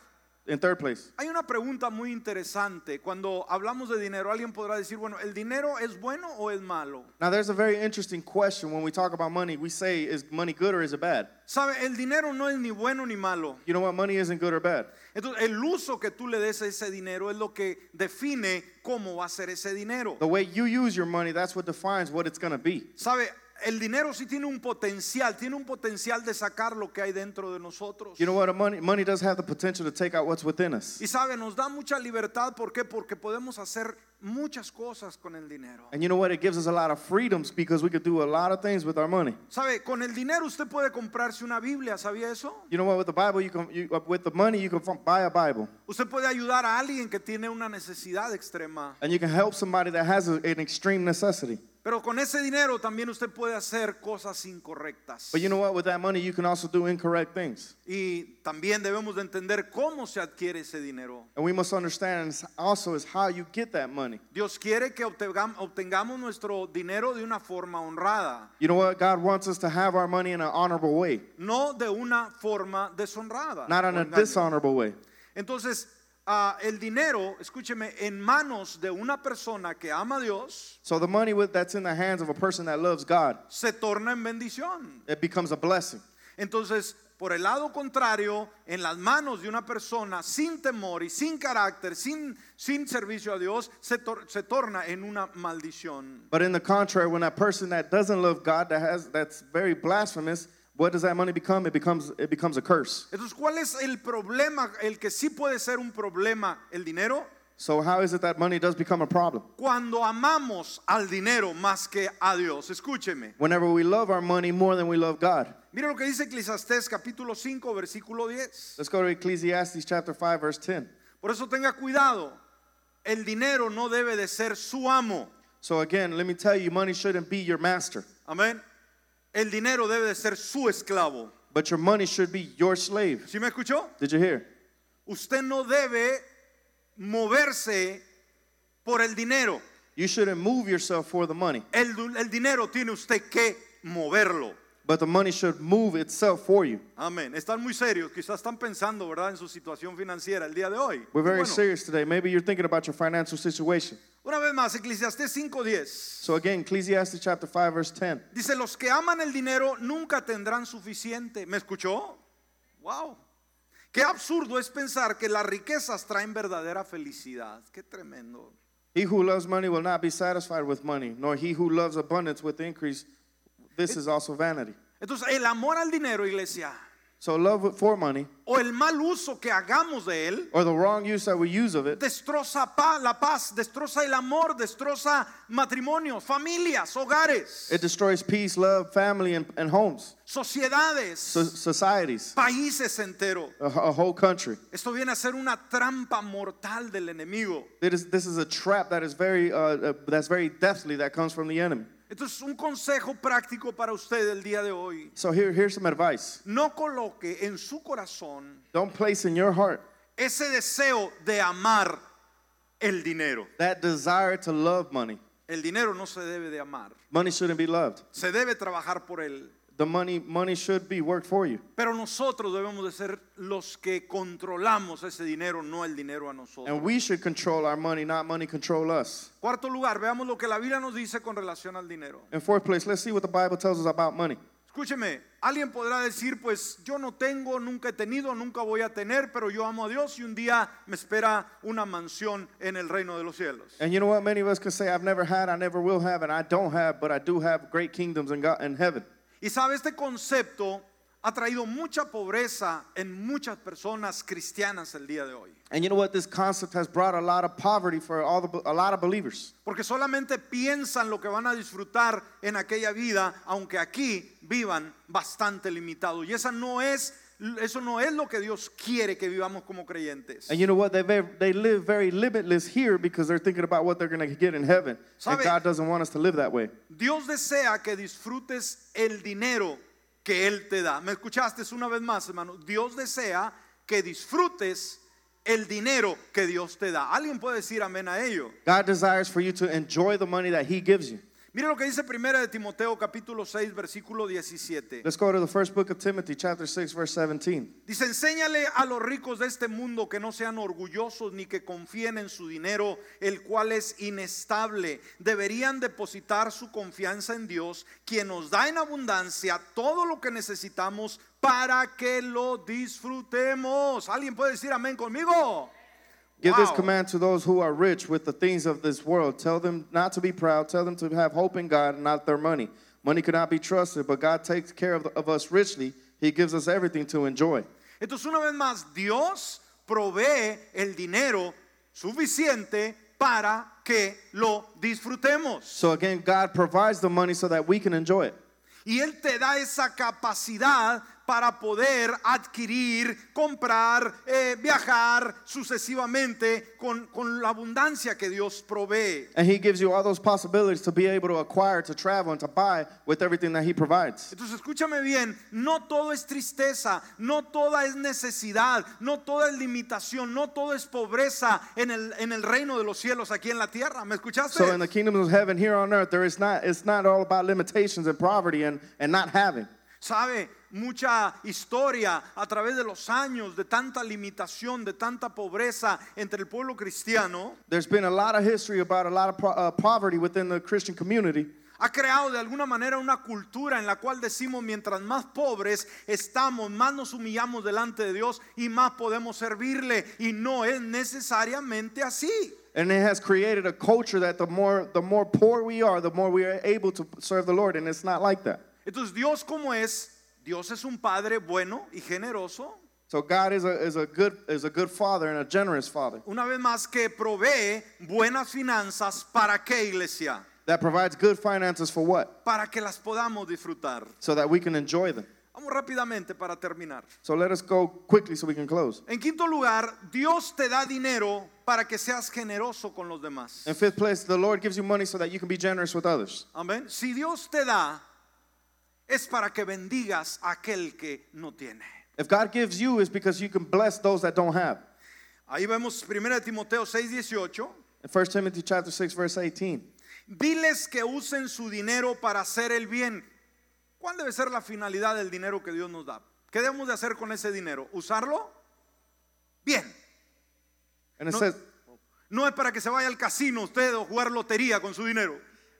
[SPEAKER 2] In third place,
[SPEAKER 1] hay una pregunta muy interesante. Cuando hablamos de dinero, alguien podrá decir, bueno, ¿el dinero es bueno o es malo?
[SPEAKER 2] now there's a very interesting question when we talk about money. We say, is money good or is it bad?
[SPEAKER 1] Sabe, el dinero no es ni bueno ni malo.
[SPEAKER 2] You know what? Money isn't good or bad.
[SPEAKER 1] Entonces, el uso que tú le des a ese dinero es lo que define cómo va a ser ese dinero.
[SPEAKER 2] The way you use your money, that's what defines what it's going to be.
[SPEAKER 1] Sabe, el dinero sí tiene un potencial, tiene un potencial de sacar lo que hay dentro de nosotros.
[SPEAKER 2] You know what? A money, money does have the potential to take out what's within us.
[SPEAKER 1] Y sabe, nos da mucha libertad, ¿por qué? Porque podemos hacer muchas cosas con el dinero.
[SPEAKER 2] And you know what? It gives us a lot of freedoms because we could do a lot of things with our money.
[SPEAKER 1] Sabe, con el dinero usted puede comprarse una Biblia, ¿sabía eso?
[SPEAKER 2] You know what? With the Bible, you can you, uh, with the money you can fu- buy a Bible,
[SPEAKER 1] Usted puede ayudar a alguien que tiene una necesidad extrema.
[SPEAKER 2] and you can help somebody that has a- an extreme necessity.
[SPEAKER 1] Pero con ese dinero también usted puede hacer cosas incorrectas.
[SPEAKER 2] But you know what? With that money, you can also do incorrect things,
[SPEAKER 1] Y también debemos de entender cómo se adquiere ese dinero.
[SPEAKER 2] and we must understand is- also is how you get that money.
[SPEAKER 1] Dios quiere que obtengam- obtengamos nuestro dinero de una forma honrada,
[SPEAKER 2] You know what? God wants us to have our money in an honorable way,
[SPEAKER 1] no de una forma deshonrada.
[SPEAKER 2] not
[SPEAKER 1] o
[SPEAKER 2] in a
[SPEAKER 1] engaño.
[SPEAKER 2] dishonorable way.
[SPEAKER 1] Entonces, ah, el dinero, escúcheme, en manos de una persona que ama a Dios,
[SPEAKER 2] So the money with, that's in the hands of a person that loves God,
[SPEAKER 1] se torna en bendición.
[SPEAKER 2] it becomes a blessing.
[SPEAKER 1] Entonces, por el lado contrario, en las manos de una persona sin temor y sin carácter, sin, sin servicio a Dios, se, tor- se torna en una maldición.
[SPEAKER 2] But in the contrary, when that person that doesn't love God, that has that's very blasphemous, what does that money become? It becomes it becomes a curse.
[SPEAKER 1] Entonces, ¿cuál es el problema? El que sí puede ser un problema, el dinero.
[SPEAKER 2] So how is it that money does become a problem?
[SPEAKER 1] Cuando amamos al dinero más que a Dios, escúcheme.
[SPEAKER 2] Whenever we love our money more than we love God.
[SPEAKER 1] Mira lo que dice Eclesiastés capítulo 5, versículo 10.
[SPEAKER 2] Let's go to Ecclesiastes chapter 5 verse 10.
[SPEAKER 1] Por eso tenga cuidado. El dinero no debe de ser su amo.
[SPEAKER 2] So again, let me tell you, money shouldn't be your master,
[SPEAKER 1] Amén. El dinero debe de ser su esclavo.
[SPEAKER 2] but your money should be your slave.
[SPEAKER 1] ¿Sí me escuchó?
[SPEAKER 2] Did you hear?
[SPEAKER 1] Usted no debe moverse por el dinero.
[SPEAKER 2] You shouldn't move yourself for the money,
[SPEAKER 1] El, du- el dinero tiene usted que moverlo.
[SPEAKER 2] but the money should move itself for you.
[SPEAKER 1] Amén. Están muy serios. Quizás están pensando, ¿verdad?, en su situación financiera el día de hoy.
[SPEAKER 2] We're very
[SPEAKER 1] Bueno,
[SPEAKER 2] serious today. Maybe you're thinking about your financial situation.
[SPEAKER 1] Una vez más, Eclesiastés 5.10.
[SPEAKER 2] So again, Ecclesiastes chapter 5 verse 10.
[SPEAKER 1] Dice, los que aman el dinero nunca tendrán suficiente. ¿Me escuchó? Wow. Qué absurdo es pensar que las riquezas traen verdadera felicidad. Qué tremendo.
[SPEAKER 2] He who loves money will not be satisfied with money, nor he who loves abundance with increase. This is also vanity.
[SPEAKER 1] Entonces, el amor al dinero, iglesia,
[SPEAKER 2] So love for money
[SPEAKER 1] o el mal uso que hagamos de él
[SPEAKER 2] or the wrong use that we use of it,
[SPEAKER 1] destroza pa- la paz, destroza el amor, destroza matrimonios, familias, hogares,
[SPEAKER 2] it destroys peace, love, family, and, and homes,
[SPEAKER 1] sociedades,
[SPEAKER 2] so, societies,
[SPEAKER 1] países enteros.
[SPEAKER 2] a, a whole country.
[SPEAKER 1] Esto viene a ser una trampa mortal del enemigo.
[SPEAKER 2] It is, this is a trap that is very, uh, uh, that's very deathly that comes from the enemy.
[SPEAKER 1] Entonces, un consejo práctico para usted el día de hoy.
[SPEAKER 2] So here, here's some advice.
[SPEAKER 1] No coloque en su corazón
[SPEAKER 2] Don't place in your heart
[SPEAKER 1] ese deseo de amar el dinero.
[SPEAKER 2] that desire to love money.
[SPEAKER 1] El dinero no se debe de amar.
[SPEAKER 2] Money shouldn't be loved.
[SPEAKER 1] Se debe trabajar por él.
[SPEAKER 2] The money, money should be worked for you.
[SPEAKER 1] Pero nosotros debemos de ser los que controlamos ese dinero, no el dinero a nosotros.
[SPEAKER 2] And we should control our money, not money control us.
[SPEAKER 1] Cuarto lugar, veamos lo que la Biblia nos dice con relación al dinero.
[SPEAKER 2] In fourth place, let's see what the Bible tells us about money.
[SPEAKER 1] Escúcheme, alguien podrá decir, pues yo no tengo, nunca he tenido, nunca voy a tener, pero yo amo a Dios y un día me espera una mansión en el reino de los cielos.
[SPEAKER 2] And you know what? Many of us can say, I've never had, I never will have, and I don't have, but I do have great kingdoms in, God, in heaven.
[SPEAKER 1] Y sabe, este concepto ha traído mucha pobreza en muchas personas cristianas el día de hoy.
[SPEAKER 2] And you know what? This concept has brought a lot of poverty for all the, a lot of believers
[SPEAKER 1] Porque solamente piensan lo que van a disfrutar en aquella vida, aunque aquí vivan bastante limitado. Y esa no es, eso no es lo que Dios quiere que vivamos como creyentes.
[SPEAKER 2] And you know what? They, ve- they live very limitless here because they're thinking about what they're going to get in heaven.
[SPEAKER 1] Sabe-
[SPEAKER 2] And God doesn't want us to live that way.
[SPEAKER 1] Dios desea que disfrutes el dinero que Él te da. ¿Me escuchaste una vez más, hermano? Dios desea que disfrutes el dinero que Dios te da. ¿Alguien puede decir amén a ello?
[SPEAKER 2] God desires for you to enjoy the money that He gives you.
[SPEAKER 1] Mire lo que dice primera de Timoteo capítulo 6 versículo 17.
[SPEAKER 2] Let's go to the first book of Timothy, chapter 6, verse 17.
[SPEAKER 1] Dice, enséñale a los ricos de este mundo que no sean orgullosos ni que confíen en su dinero, el cual es inestable. Deberían depositar su confianza en Dios, quien nos da en abundancia todo lo que necesitamos para que lo disfrutemos. ¿Alguien puede decir amén conmigo?
[SPEAKER 2] Give this
[SPEAKER 1] Wow.
[SPEAKER 2] command to those who are rich with the things of this world. Tell them not to be proud. Tell them to have hope in God and not their money. Money cannot be trusted, but God takes care of, of us richly. He gives us everything to enjoy.
[SPEAKER 1] Entonces, una vez más, Dios provee el dinero suficiente para que lo disfrutemos.
[SPEAKER 2] So again, God provides the money so that we can enjoy it.
[SPEAKER 1] Y Él te da esa capacidad para poder adquirir, comprar, eh, viajar sucesivamente con, con la abundancia que Dios provee.
[SPEAKER 2] And he gives you all those possibilities to be able to acquire, to travel, and to buy with everything that he provides.
[SPEAKER 1] Entonces escúchame bien, no todo es tristeza, no toda es necesidad, no toda es limitación, no todo es pobreza en el, en el reino de los cielos aquí en la tierra. ¿Me escuchaste?
[SPEAKER 2] So in the kingdom of heaven here on earth, there is not it's not all about limitations and poverty and, and not having.
[SPEAKER 1] Sabe, mucha historia a través de los años de tanta limitación, de tanta pobreza entre el pueblo cristiano.
[SPEAKER 2] There's been a lot of history about a lot of po- uh, poverty within the Christian community.
[SPEAKER 1] Ha creado de alguna manera una cultura en la cual decimos mientras más pobres estamos, más nos humillamos delante de Dios y más podemos servirle. Y no es necesariamente así.
[SPEAKER 2] And it has created a culture that the more the more poor we are, the more we are able to serve the Lord. And it's not like that.
[SPEAKER 1] Entonces Dios como es, Dios es un Padre bueno y generoso,
[SPEAKER 2] So God is a, is a good is a good father and a generous father
[SPEAKER 1] una vez más que provee buenas finanzas para qué iglesia,
[SPEAKER 2] that provides good finances for what?
[SPEAKER 1] para que las podamos disfrutar.
[SPEAKER 2] So that we can enjoy them.
[SPEAKER 1] Vamos rápidamente para terminar.
[SPEAKER 2] So let us go quickly so we can close.
[SPEAKER 1] En quinto lugar, Dios te da dinero para que seas generoso con los demás.
[SPEAKER 2] In fifth place, the Lord gives you money so that you can be generous with others.
[SPEAKER 1] Amén. Si Dios te da, es para que bendigas a aquel que no tiene.
[SPEAKER 2] If God gives you, it's because you can bless those that don't have.
[SPEAKER 1] Ahí vemos 1 Timoteo 6, 18.
[SPEAKER 2] In 1 Timothy chapter 6, verse 18.
[SPEAKER 1] Diles que usen su dinero para hacer el bien. ¿Cuál debe ser la finalidad del dinero que Dios nos da? ¿Qué debemos de hacer con ese dinero? ¿Usarlo? Bien.
[SPEAKER 2] And it
[SPEAKER 1] No,
[SPEAKER 2] says,
[SPEAKER 1] no es para que se vaya al casino usted o jugar lotería con su dinero.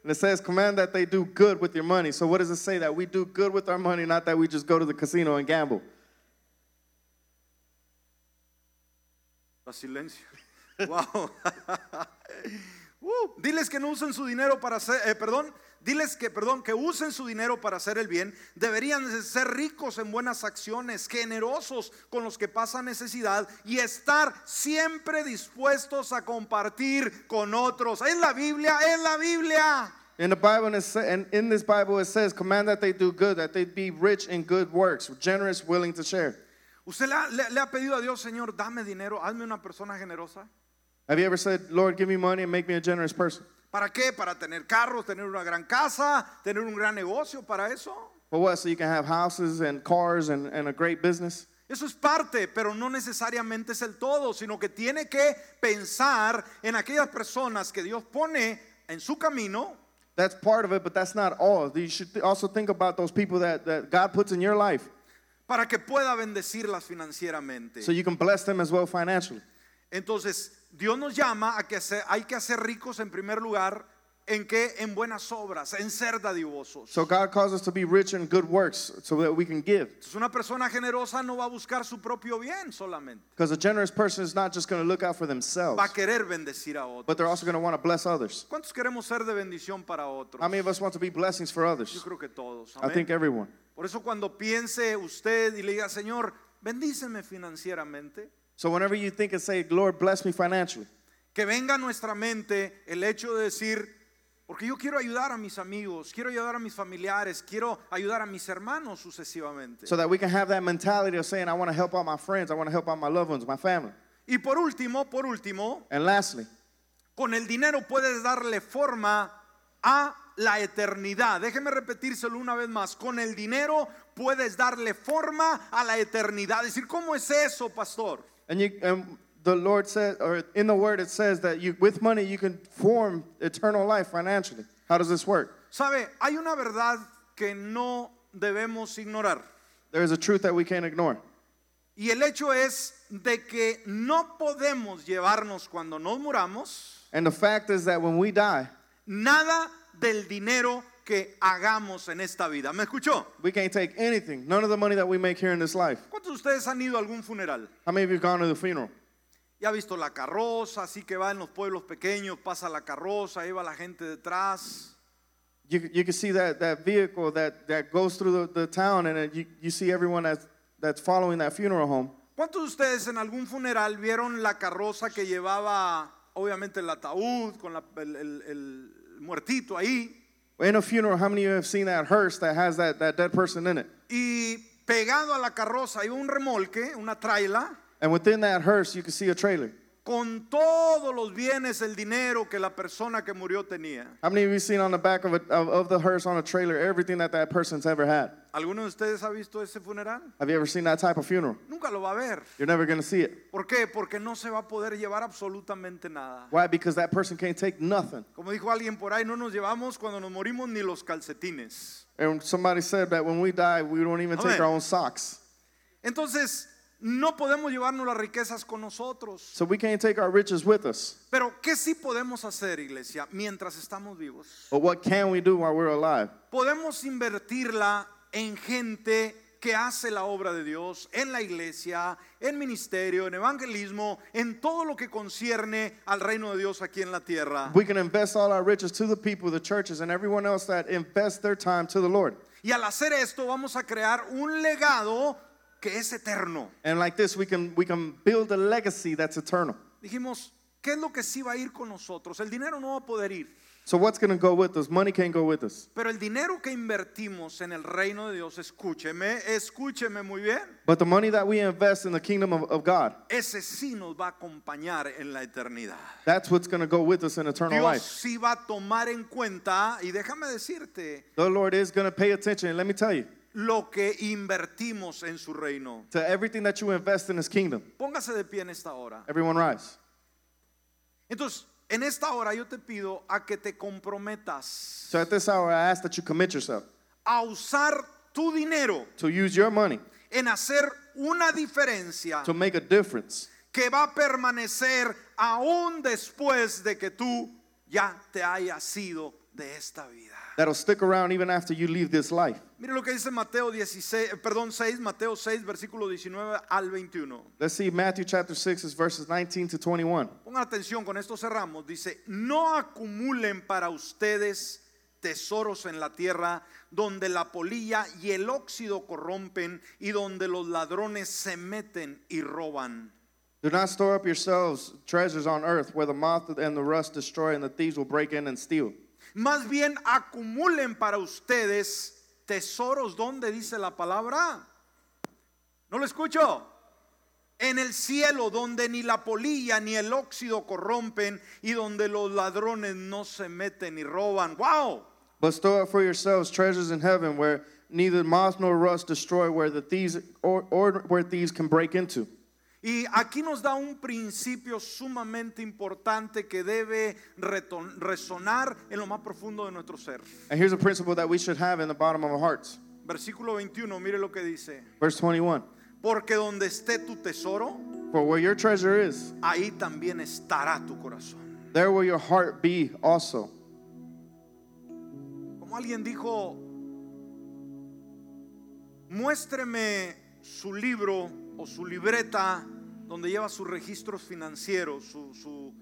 [SPEAKER 2] and it says, command that they do good with your money. So what does it say? That we do good with our money, not that we just go to the casino and gamble.
[SPEAKER 1] [laughs] La silencio. Wow. [laughs] Uh, diles que no usen su dinero para hacer, eh, perdón, diles que, perdón, que usen su dinero para hacer el bien. Deberían de ser ricos en buenas acciones, generosos con los que pasan necesidad y estar siempre dispuestos a compartir con otros. En la Biblia, en la Biblia.
[SPEAKER 2] In the Bible, and, it sa- and in this Bible, it says, "Command that they do good, that they be rich in good works, generous, willing to share."
[SPEAKER 1] ¿Usted le ha, le- le ha pedido a Dios, Señor, dame dinero, hazme una persona generosa?
[SPEAKER 2] Have you ever said, "Lord, give me money and make me a generous person"?
[SPEAKER 1] ¿Para qué? Para tener carros, tener una gran casa, tener un gran negocio, para eso.
[SPEAKER 2] For what? So you can have houses and cars and, and a great business?
[SPEAKER 1] Eso es parte, pero no necesariamente es el todo, sino que tiene que pensar en aquellas personas que Dios pone en su camino
[SPEAKER 2] That's part of it, but that's not all. You should th- also think about those people that, that God puts in your life
[SPEAKER 1] para que pueda bendecirlas financieramente.
[SPEAKER 2] so you can bless them as well financially.
[SPEAKER 1] Entonces, Dios nos llama a que se- hay que hacer ricos en primer lugar en que en buenas obras, en ser dadivosos.
[SPEAKER 2] So God calls us to be rich in good works so that we can give.
[SPEAKER 1] Entonces, una persona generosa no va a buscar su propio bien solamente,
[SPEAKER 2] Because a generous person is not just going to look out for
[SPEAKER 1] va
[SPEAKER 2] themselves,
[SPEAKER 1] a querer bendecir a otros.
[SPEAKER 2] but they're also going to want to bless others.
[SPEAKER 1] ¿Cuántos queremos ser de bendición para otros?
[SPEAKER 2] How many of us want to be blessings for
[SPEAKER 1] Yo
[SPEAKER 2] others?
[SPEAKER 1] creo que todos.
[SPEAKER 2] I
[SPEAKER 1] amén.
[SPEAKER 2] think everyone.
[SPEAKER 1] Por eso cuando piense usted y le diga, Señor, bendíceme financieramente,
[SPEAKER 2] So whenever you think and say, Lord, bless me financially,
[SPEAKER 1] que venga a nuestra mente el hecho de decir, porque yo quiero ayudar a mis amigos, quiero ayudar a mis familiares, quiero ayudar a mis hermanos sucesivamente.
[SPEAKER 2] so that we can have that mentality of saying, I want to help out my friends, I want to help out my loved ones, my family.
[SPEAKER 1] y por último, por último,
[SPEAKER 2] And lastly,
[SPEAKER 1] con el dinero puedes darle forma a la eternidad. Déjeme repetírselo una vez más, con el dinero puedes darle forma a la eternidad. Es decir, ¿cómo es eso, pastor?
[SPEAKER 2] And you and the Lord said, or in the Word it says that you with money you can form eternal life financially. How does this work?
[SPEAKER 1] Sabe, hay una verdad que no debemos ignorar.
[SPEAKER 2] There is a truth that we can't ignore.
[SPEAKER 1] Y el hecho es de que no podemos llevarnos cuando nos muramos
[SPEAKER 2] And the fact is that when we die,
[SPEAKER 1] nada del dinero que hagamos en esta vida. ¿Me escuchó?
[SPEAKER 2] we can't take anything, none of the money that we make here in this life.
[SPEAKER 1] ¿Cuántos de ustedes han ido a algún funeral?
[SPEAKER 2] How many of you have gone to the funeral?
[SPEAKER 1] Y ha visto la carroza, así que va en los pueblos pequeños, pasa la carroza, ahí va la gente detrás.
[SPEAKER 2] You, you can see that, that vehicle that, that goes through the, the town and then you, you see everyone that's, that's following that funeral home.
[SPEAKER 1] ¿Cuántos de ustedes en algún funeral vieron la carroza que llevaba, obviamente, el ataúd con la- el- el- el muertito ahí?
[SPEAKER 2] In a funeral, how many of you have seen that hearse that has that, that dead person in it?
[SPEAKER 1] y pegado a la carroza iba un remolque, una traila,
[SPEAKER 2] And within that hearse, you can see a trailer.
[SPEAKER 1] con todos los bienes, el dinero que la persona que murió tenía.
[SPEAKER 2] How many of you seen on the back of, a, of, of the hearse on a trailer everything that that person's ever had?
[SPEAKER 1] ¿Alguno de ustedes ha visto ese funeral?
[SPEAKER 2] Have you ever seen that type of funeral?
[SPEAKER 1] Nunca lo va a ver.
[SPEAKER 2] You're never gonna see it.
[SPEAKER 1] ¿Por qué? Porque no se va a poder llevar absolutamente nada.
[SPEAKER 2] Why? Because that person can't take nothing.
[SPEAKER 1] Como dijo alguien por ahí, no nos llevamos cuando nos morimos ni los calcetines.
[SPEAKER 2] And somebody said that when we die, we don't even take
[SPEAKER 1] Amen.
[SPEAKER 2] our own socks.
[SPEAKER 1] Entonces, no podemos llevarnos las riquezas con nosotros.
[SPEAKER 2] So we can't take our riches with us.
[SPEAKER 1] Pero, ¿qué sí podemos hacer, iglesia, mientras estamos vivos?
[SPEAKER 2] But what can we do while we're alive?
[SPEAKER 1] podemos invertirla en gente que hace la obra de Dios, en la iglesia, en ministerio, en evangelismo, en todo lo que concierne al reino de Dios aquí en la tierra.
[SPEAKER 2] We can invest all our riches to the people, the churches, and everyone else that invests their time to the Lord.
[SPEAKER 1] Y al hacer esto vamos a crear un legado que es eterno.
[SPEAKER 2] And like this, we can we can build a legacy that's eternal.
[SPEAKER 1] Dijimos, ¿qué es lo que sí va a ir con nosotros? El dinero no va a poder ir,
[SPEAKER 2] So what's gonna go with us? Money can't go with us.
[SPEAKER 1] pero el dinero que invertimos en el reino de Dios, escúcheme, escúcheme muy bien,
[SPEAKER 2] But the money that we invest in the kingdom of, of God.
[SPEAKER 1] ese sí nos va a acompañar en la eternidad.
[SPEAKER 2] That's what's going to go with us in eternal
[SPEAKER 1] Dios
[SPEAKER 2] life.
[SPEAKER 1] sí va a tomar en cuenta, y déjame decirte,
[SPEAKER 2] The Lord is going to pay attention. Let me tell you,
[SPEAKER 1] lo que invertimos en su reino.
[SPEAKER 2] to everything that you invest in His kingdom.
[SPEAKER 1] Póngase de pie en esta hora.
[SPEAKER 2] Everyone rise.
[SPEAKER 1] Entonces, en esta hora yo te pido a que te comprometas
[SPEAKER 2] So at this hour, I ask that you commit yourself
[SPEAKER 1] a usar tu dinero
[SPEAKER 2] to use your money
[SPEAKER 1] en hacer una diferencia
[SPEAKER 2] to make a difference
[SPEAKER 1] que va a permanecer aún después de que tú ya te hayas ido de esta vida.
[SPEAKER 2] that'll stick around even after you leave this life.
[SPEAKER 1] Mire lo que dice Mateo 16, eh, perdón, 6, Mateo 6, versículo 19 al 21.
[SPEAKER 2] Let's see Matthew chapter 6 is verses 19 to 21.
[SPEAKER 1] Pongan atención, con esto cerramos. Dice, no acumulen para ustedes tesoros en la tierra donde la polilla y el óxido corrompen y donde los ladrones se meten y roban.
[SPEAKER 2] Do not store up yourselves treasures on earth where the moth and the rust destroy and the thieves will break in and steal.
[SPEAKER 1] Más bien acumulen para ustedes tesoros donde dice la palabra. No lo escucho. En el cielo donde ni la polilla ni el óxido corrompen y donde los ladrones no se meten y roban. ¡Wow!
[SPEAKER 2] But store up for yourselves treasures in heaven where neither moth nor rust destroy where the thieves or, or where thieves can break into.
[SPEAKER 1] Y aquí nos da un principio sumamente importante que debe reton- resonar en lo más profundo de nuestro ser.
[SPEAKER 2] And here's a principle that we should have in the bottom of our hearts.
[SPEAKER 1] Versículo 21, mire lo que dice.
[SPEAKER 2] Verse 21.
[SPEAKER 1] Porque donde esté tu tesoro,
[SPEAKER 2] For where your treasure is,
[SPEAKER 1] ahí también estará tu corazón.
[SPEAKER 2] there will your heart be also.
[SPEAKER 1] Como alguien dijo, muéstreme su libro o su libreta donde lleva sus registros financieros, su, su,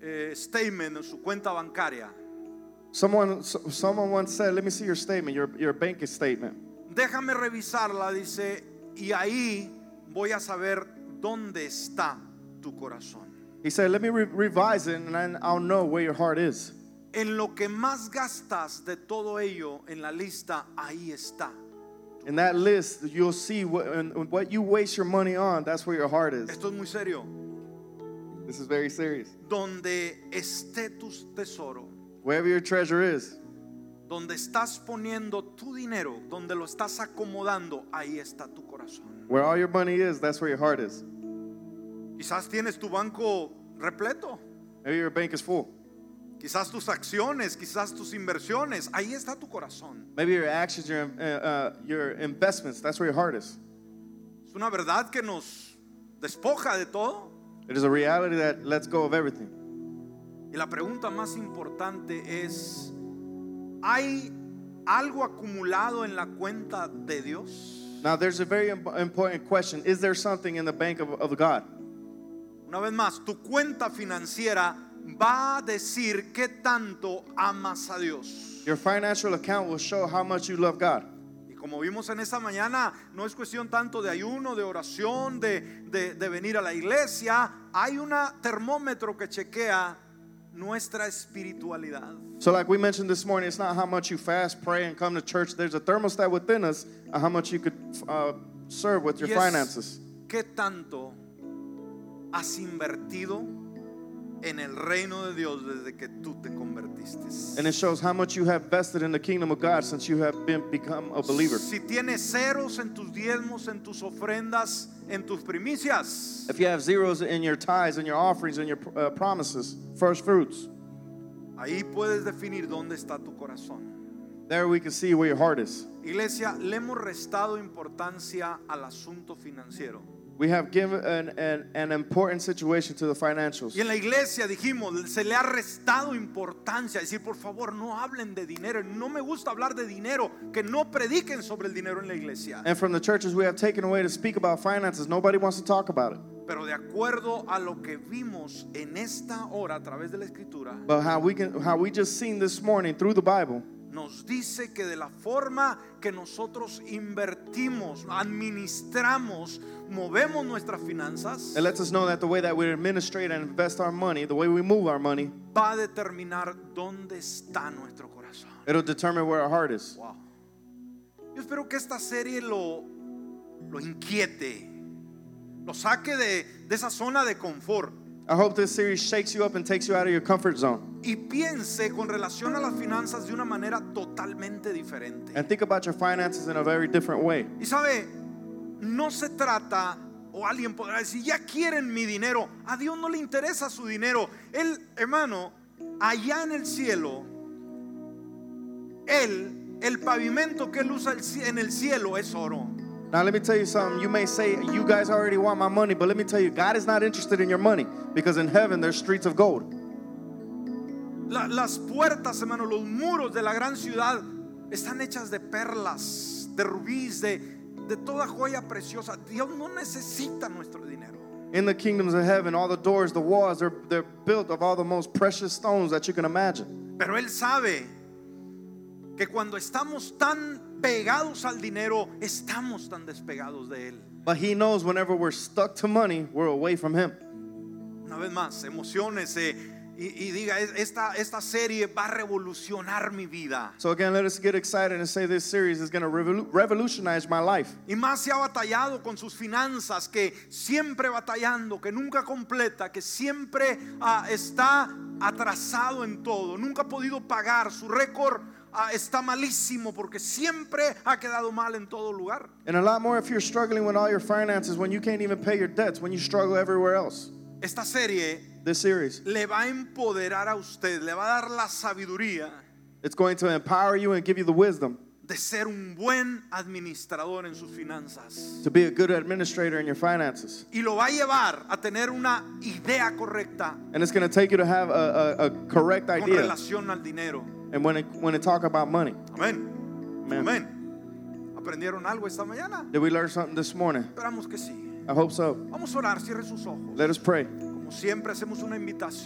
[SPEAKER 1] eh, statement o su cuenta bancaria.
[SPEAKER 2] Someone, so- someone once said, Let me see your statement, your, your bank statement.
[SPEAKER 1] Déjame revisarla, dice, y ahí voy a saber dónde está tu corazón.
[SPEAKER 2] He said, Let me re- revise it and then I'll know where your heart is.
[SPEAKER 1] En lo que más gastas de todo ello en la lista, ahí está.
[SPEAKER 2] In that list, you'll see what, and what you waste your money on, that's where your heart is.
[SPEAKER 1] Esto es muy serio.
[SPEAKER 2] This is very serious.
[SPEAKER 1] Donde esté tu tesoro,
[SPEAKER 2] Wherever your treasure is,
[SPEAKER 1] donde estás poniendo tu dinero, donde lo estás acomodando, ahí está tu corazón.
[SPEAKER 2] where all your money is, that's where your heart is.
[SPEAKER 1] Quizás tienes tu banco repleto,
[SPEAKER 2] Maybe your bank is full.
[SPEAKER 1] quizás tus acciones, quizás tus inversiones, ahí está tu corazón.
[SPEAKER 2] Maybe your actions, your, uh, uh, your investments, that's where your heart is.
[SPEAKER 1] Es una verdad que nos despoja de todo.
[SPEAKER 2] It is a reality that lets go of everything.
[SPEAKER 1] Y la pregunta más importante es, ¿hay algo acumulado en la cuenta de Dios?
[SPEAKER 2] Now, there's a very im- important question Is there something in the bank of, of God?
[SPEAKER 1] Una vez más, tu cuenta financiera va a decir qué tanto amas a Dios.
[SPEAKER 2] Your financial account will show how much you love God.
[SPEAKER 1] Y como vimos en esta mañana, no es cuestión tanto de ayuno, de oración, de, de- de venir a la iglesia. Hay un termómetro que chequea nuestra espiritualidad.
[SPEAKER 2] So, like we mentioned this morning, it's not how much you fast, pray, and come to church. There's a thermostat within us on how much you could uh, serve with your
[SPEAKER 1] Y es,
[SPEAKER 2] finances.
[SPEAKER 1] ¿Qué tanto has invertido en el reino de Dios desde que tú te convertiste?
[SPEAKER 2] And it shows how much you have vested in the kingdom of God since you have been become a believer.
[SPEAKER 1] Si tienes ceros en tus diezmos, en tus ofrendas, en tus primicias,
[SPEAKER 2] If you have zeros in your tithes and your offerings and your uh, promises, first fruits,
[SPEAKER 1] ahí puedes definir dónde está tu corazón.
[SPEAKER 2] there we can see where your heart is.
[SPEAKER 1] Iglesia, le hemos restado importancia al asunto financiero.
[SPEAKER 2] We have given an, an, an important situation to the
[SPEAKER 1] Y
[SPEAKER 2] financials.
[SPEAKER 1] en la iglesia dijimos, se le ha restado importancia. Decir, por favor, no hablen de dinero. No me gusta hablar de dinero. Que no prediquen sobre el dinero en la iglesia.
[SPEAKER 2] And from the churches, we have taken away to speak about finances. Nobody wants to talk about it.
[SPEAKER 1] Pero de acuerdo a lo que vimos en esta hora a través de la escritura,
[SPEAKER 2] But how we can, how we just seen this morning through the Bible,
[SPEAKER 1] nos dice que de la forma que nosotros invertimos, administramos, movemos nuestras finanzas,
[SPEAKER 2] it lets us know that the way that we administrate and invest our money, the way we move our money,
[SPEAKER 1] va a determinar dónde está nuestro corazón.
[SPEAKER 2] it'll determine where our heart is.
[SPEAKER 1] Wow. Yo espero que esta serie lo, lo inquiete, lo saque de, de esa zona de confort
[SPEAKER 2] I hope this series shakes you up and takes you out of your comfort zone.
[SPEAKER 1] y piense con relación a las finanzas de una manera totalmente diferente.
[SPEAKER 2] And think about your finances in a very different way.
[SPEAKER 1] Y sabe, no se trata, o alguien podrá decir, ya quieren mi dinero, a Dios no le interesa su dinero. Él, hermano, allá en el cielo, Él, el pavimento que Él usa el ci- en el cielo es oro.
[SPEAKER 2] Now, let me tell you something. You may say, you guys already want my money, but let me tell you, God is not interested in your money because in heaven there's streets of gold.
[SPEAKER 1] La- las puertas, hermano, los muros de la gran ciudad están hechas de perlas, de rubíes, de, de toda joya preciosa. Dios no necesita nuestro dinero.
[SPEAKER 2] In the kingdoms of heaven, all the doors, the walls, they're, they're built of all the most precious stones that you can imagine.
[SPEAKER 1] Pero Él sabe que cuando estamos tan pegados al dinero, estamos tan despegados de Él.
[SPEAKER 2] But he knows whenever we're stuck to money, we're away from him.
[SPEAKER 1] Una vez más, emocionese y, y diga, "Es- esta, esta serie va a revolucionar mi vida.
[SPEAKER 2] So again, let us get excited and say this series is going to revolu- revolutionize my life.
[SPEAKER 1] Y más se ha batallado con sus finanzas, que siempre batallando, que nunca completa, que siempre ah, está atrasado en todo, nunca ha podido pagar, su récord ah, está malísimo porque siempre ha quedado mal en todo lugar.
[SPEAKER 2] And a lot more if you're struggling with all your finances, when you can't even pay your debts, when you struggle everywhere else.
[SPEAKER 1] Esta serie
[SPEAKER 2] This series,
[SPEAKER 1] le va a empoderar a usted, le va a dar la sabiduría
[SPEAKER 2] it's going to empower you and give you the wisdom
[SPEAKER 1] de ser un buen administrador en sus finanzas.
[SPEAKER 2] to be a good administrator in your finances.
[SPEAKER 1] Y lo va a llevar a tener una idea correcta
[SPEAKER 2] And it's going to take you to have a, a, a correct
[SPEAKER 1] con
[SPEAKER 2] idea.
[SPEAKER 1] relación al dinero.
[SPEAKER 2] And when it, when it talk about money,
[SPEAKER 1] Amén.
[SPEAKER 2] man,
[SPEAKER 1] Amén. ¿Aprendieron algo esta mañana?
[SPEAKER 2] did we learn something this morning?
[SPEAKER 1] Esperamos que sí.
[SPEAKER 2] I hope so.
[SPEAKER 1] Vamos a orar, cierre sus ojos.
[SPEAKER 2] Let us pray.
[SPEAKER 1] Como siempre, hacemos una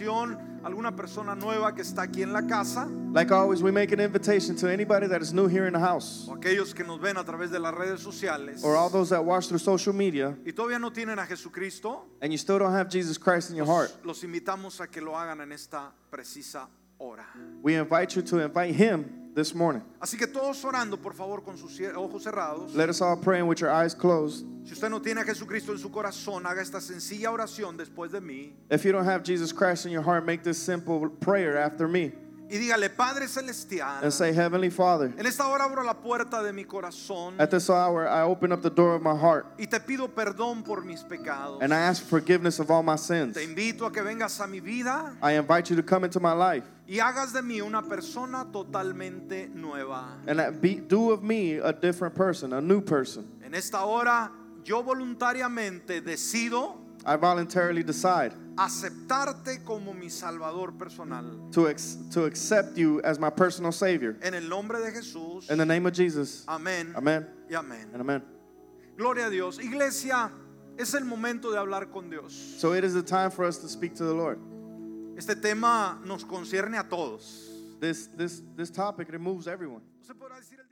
[SPEAKER 1] invitación a alguna persona nueva que está aquí en la casa
[SPEAKER 2] Like always, we make an invitation to anybody that is new here in the house
[SPEAKER 1] o aquellos que nos ven a través de las redes sociales
[SPEAKER 2] or all those that watch through social media
[SPEAKER 1] y todavía no tienen a Jesucristo.
[SPEAKER 2] and you still don't have Jesus Christ in your heart.
[SPEAKER 1] Los invitamos a que lo hagan en esta precisa hora.
[SPEAKER 2] We invite you to invite him this morning.
[SPEAKER 1] Así que todos orando, por favor, con sus cier- ojos cerrados.
[SPEAKER 2] Let us all pray and with your eyes closed.
[SPEAKER 1] Si usted no tiene a Jesucristo en su corazón, haga esta sencilla oración después de mí
[SPEAKER 2] If you don't have Jesus Christ in your heart, make this simple prayer after me
[SPEAKER 1] y dígale, Padre Celestial,
[SPEAKER 2] and say, Heavenly Father,
[SPEAKER 1] en esta hora abro la puerta de mi corazón
[SPEAKER 2] at this hour I open up the door of my heart
[SPEAKER 1] y te pido perdón por mis pecados.
[SPEAKER 2] and I ask forgiveness of all my sins.
[SPEAKER 1] Te invito a que vengas a mi vida
[SPEAKER 2] I invite you to come into my life
[SPEAKER 1] y hagas de mí una persona totalmente nueva.
[SPEAKER 2] and that be, do of me a different person, a new person.
[SPEAKER 1] En esta hora yo voluntariamente decido
[SPEAKER 2] I voluntarily decide
[SPEAKER 1] aceptarte como mi salvador personal.
[SPEAKER 2] to, ex, to accept you as my personal Savior.
[SPEAKER 1] En el nombre de Jesús.
[SPEAKER 2] In the name of Jesus,
[SPEAKER 1] Amén.
[SPEAKER 2] amen
[SPEAKER 1] Y amén.
[SPEAKER 2] and amen.
[SPEAKER 1] Gloria a Dios. Iglesia, es el momento de hablar con Dios.
[SPEAKER 2] So it is the time for us to speak to the Lord.
[SPEAKER 1] Este tema nos concierne a todos.
[SPEAKER 2] This, this, this topic, it moves everyone.
[SPEAKER 1] Usted podrá decir el-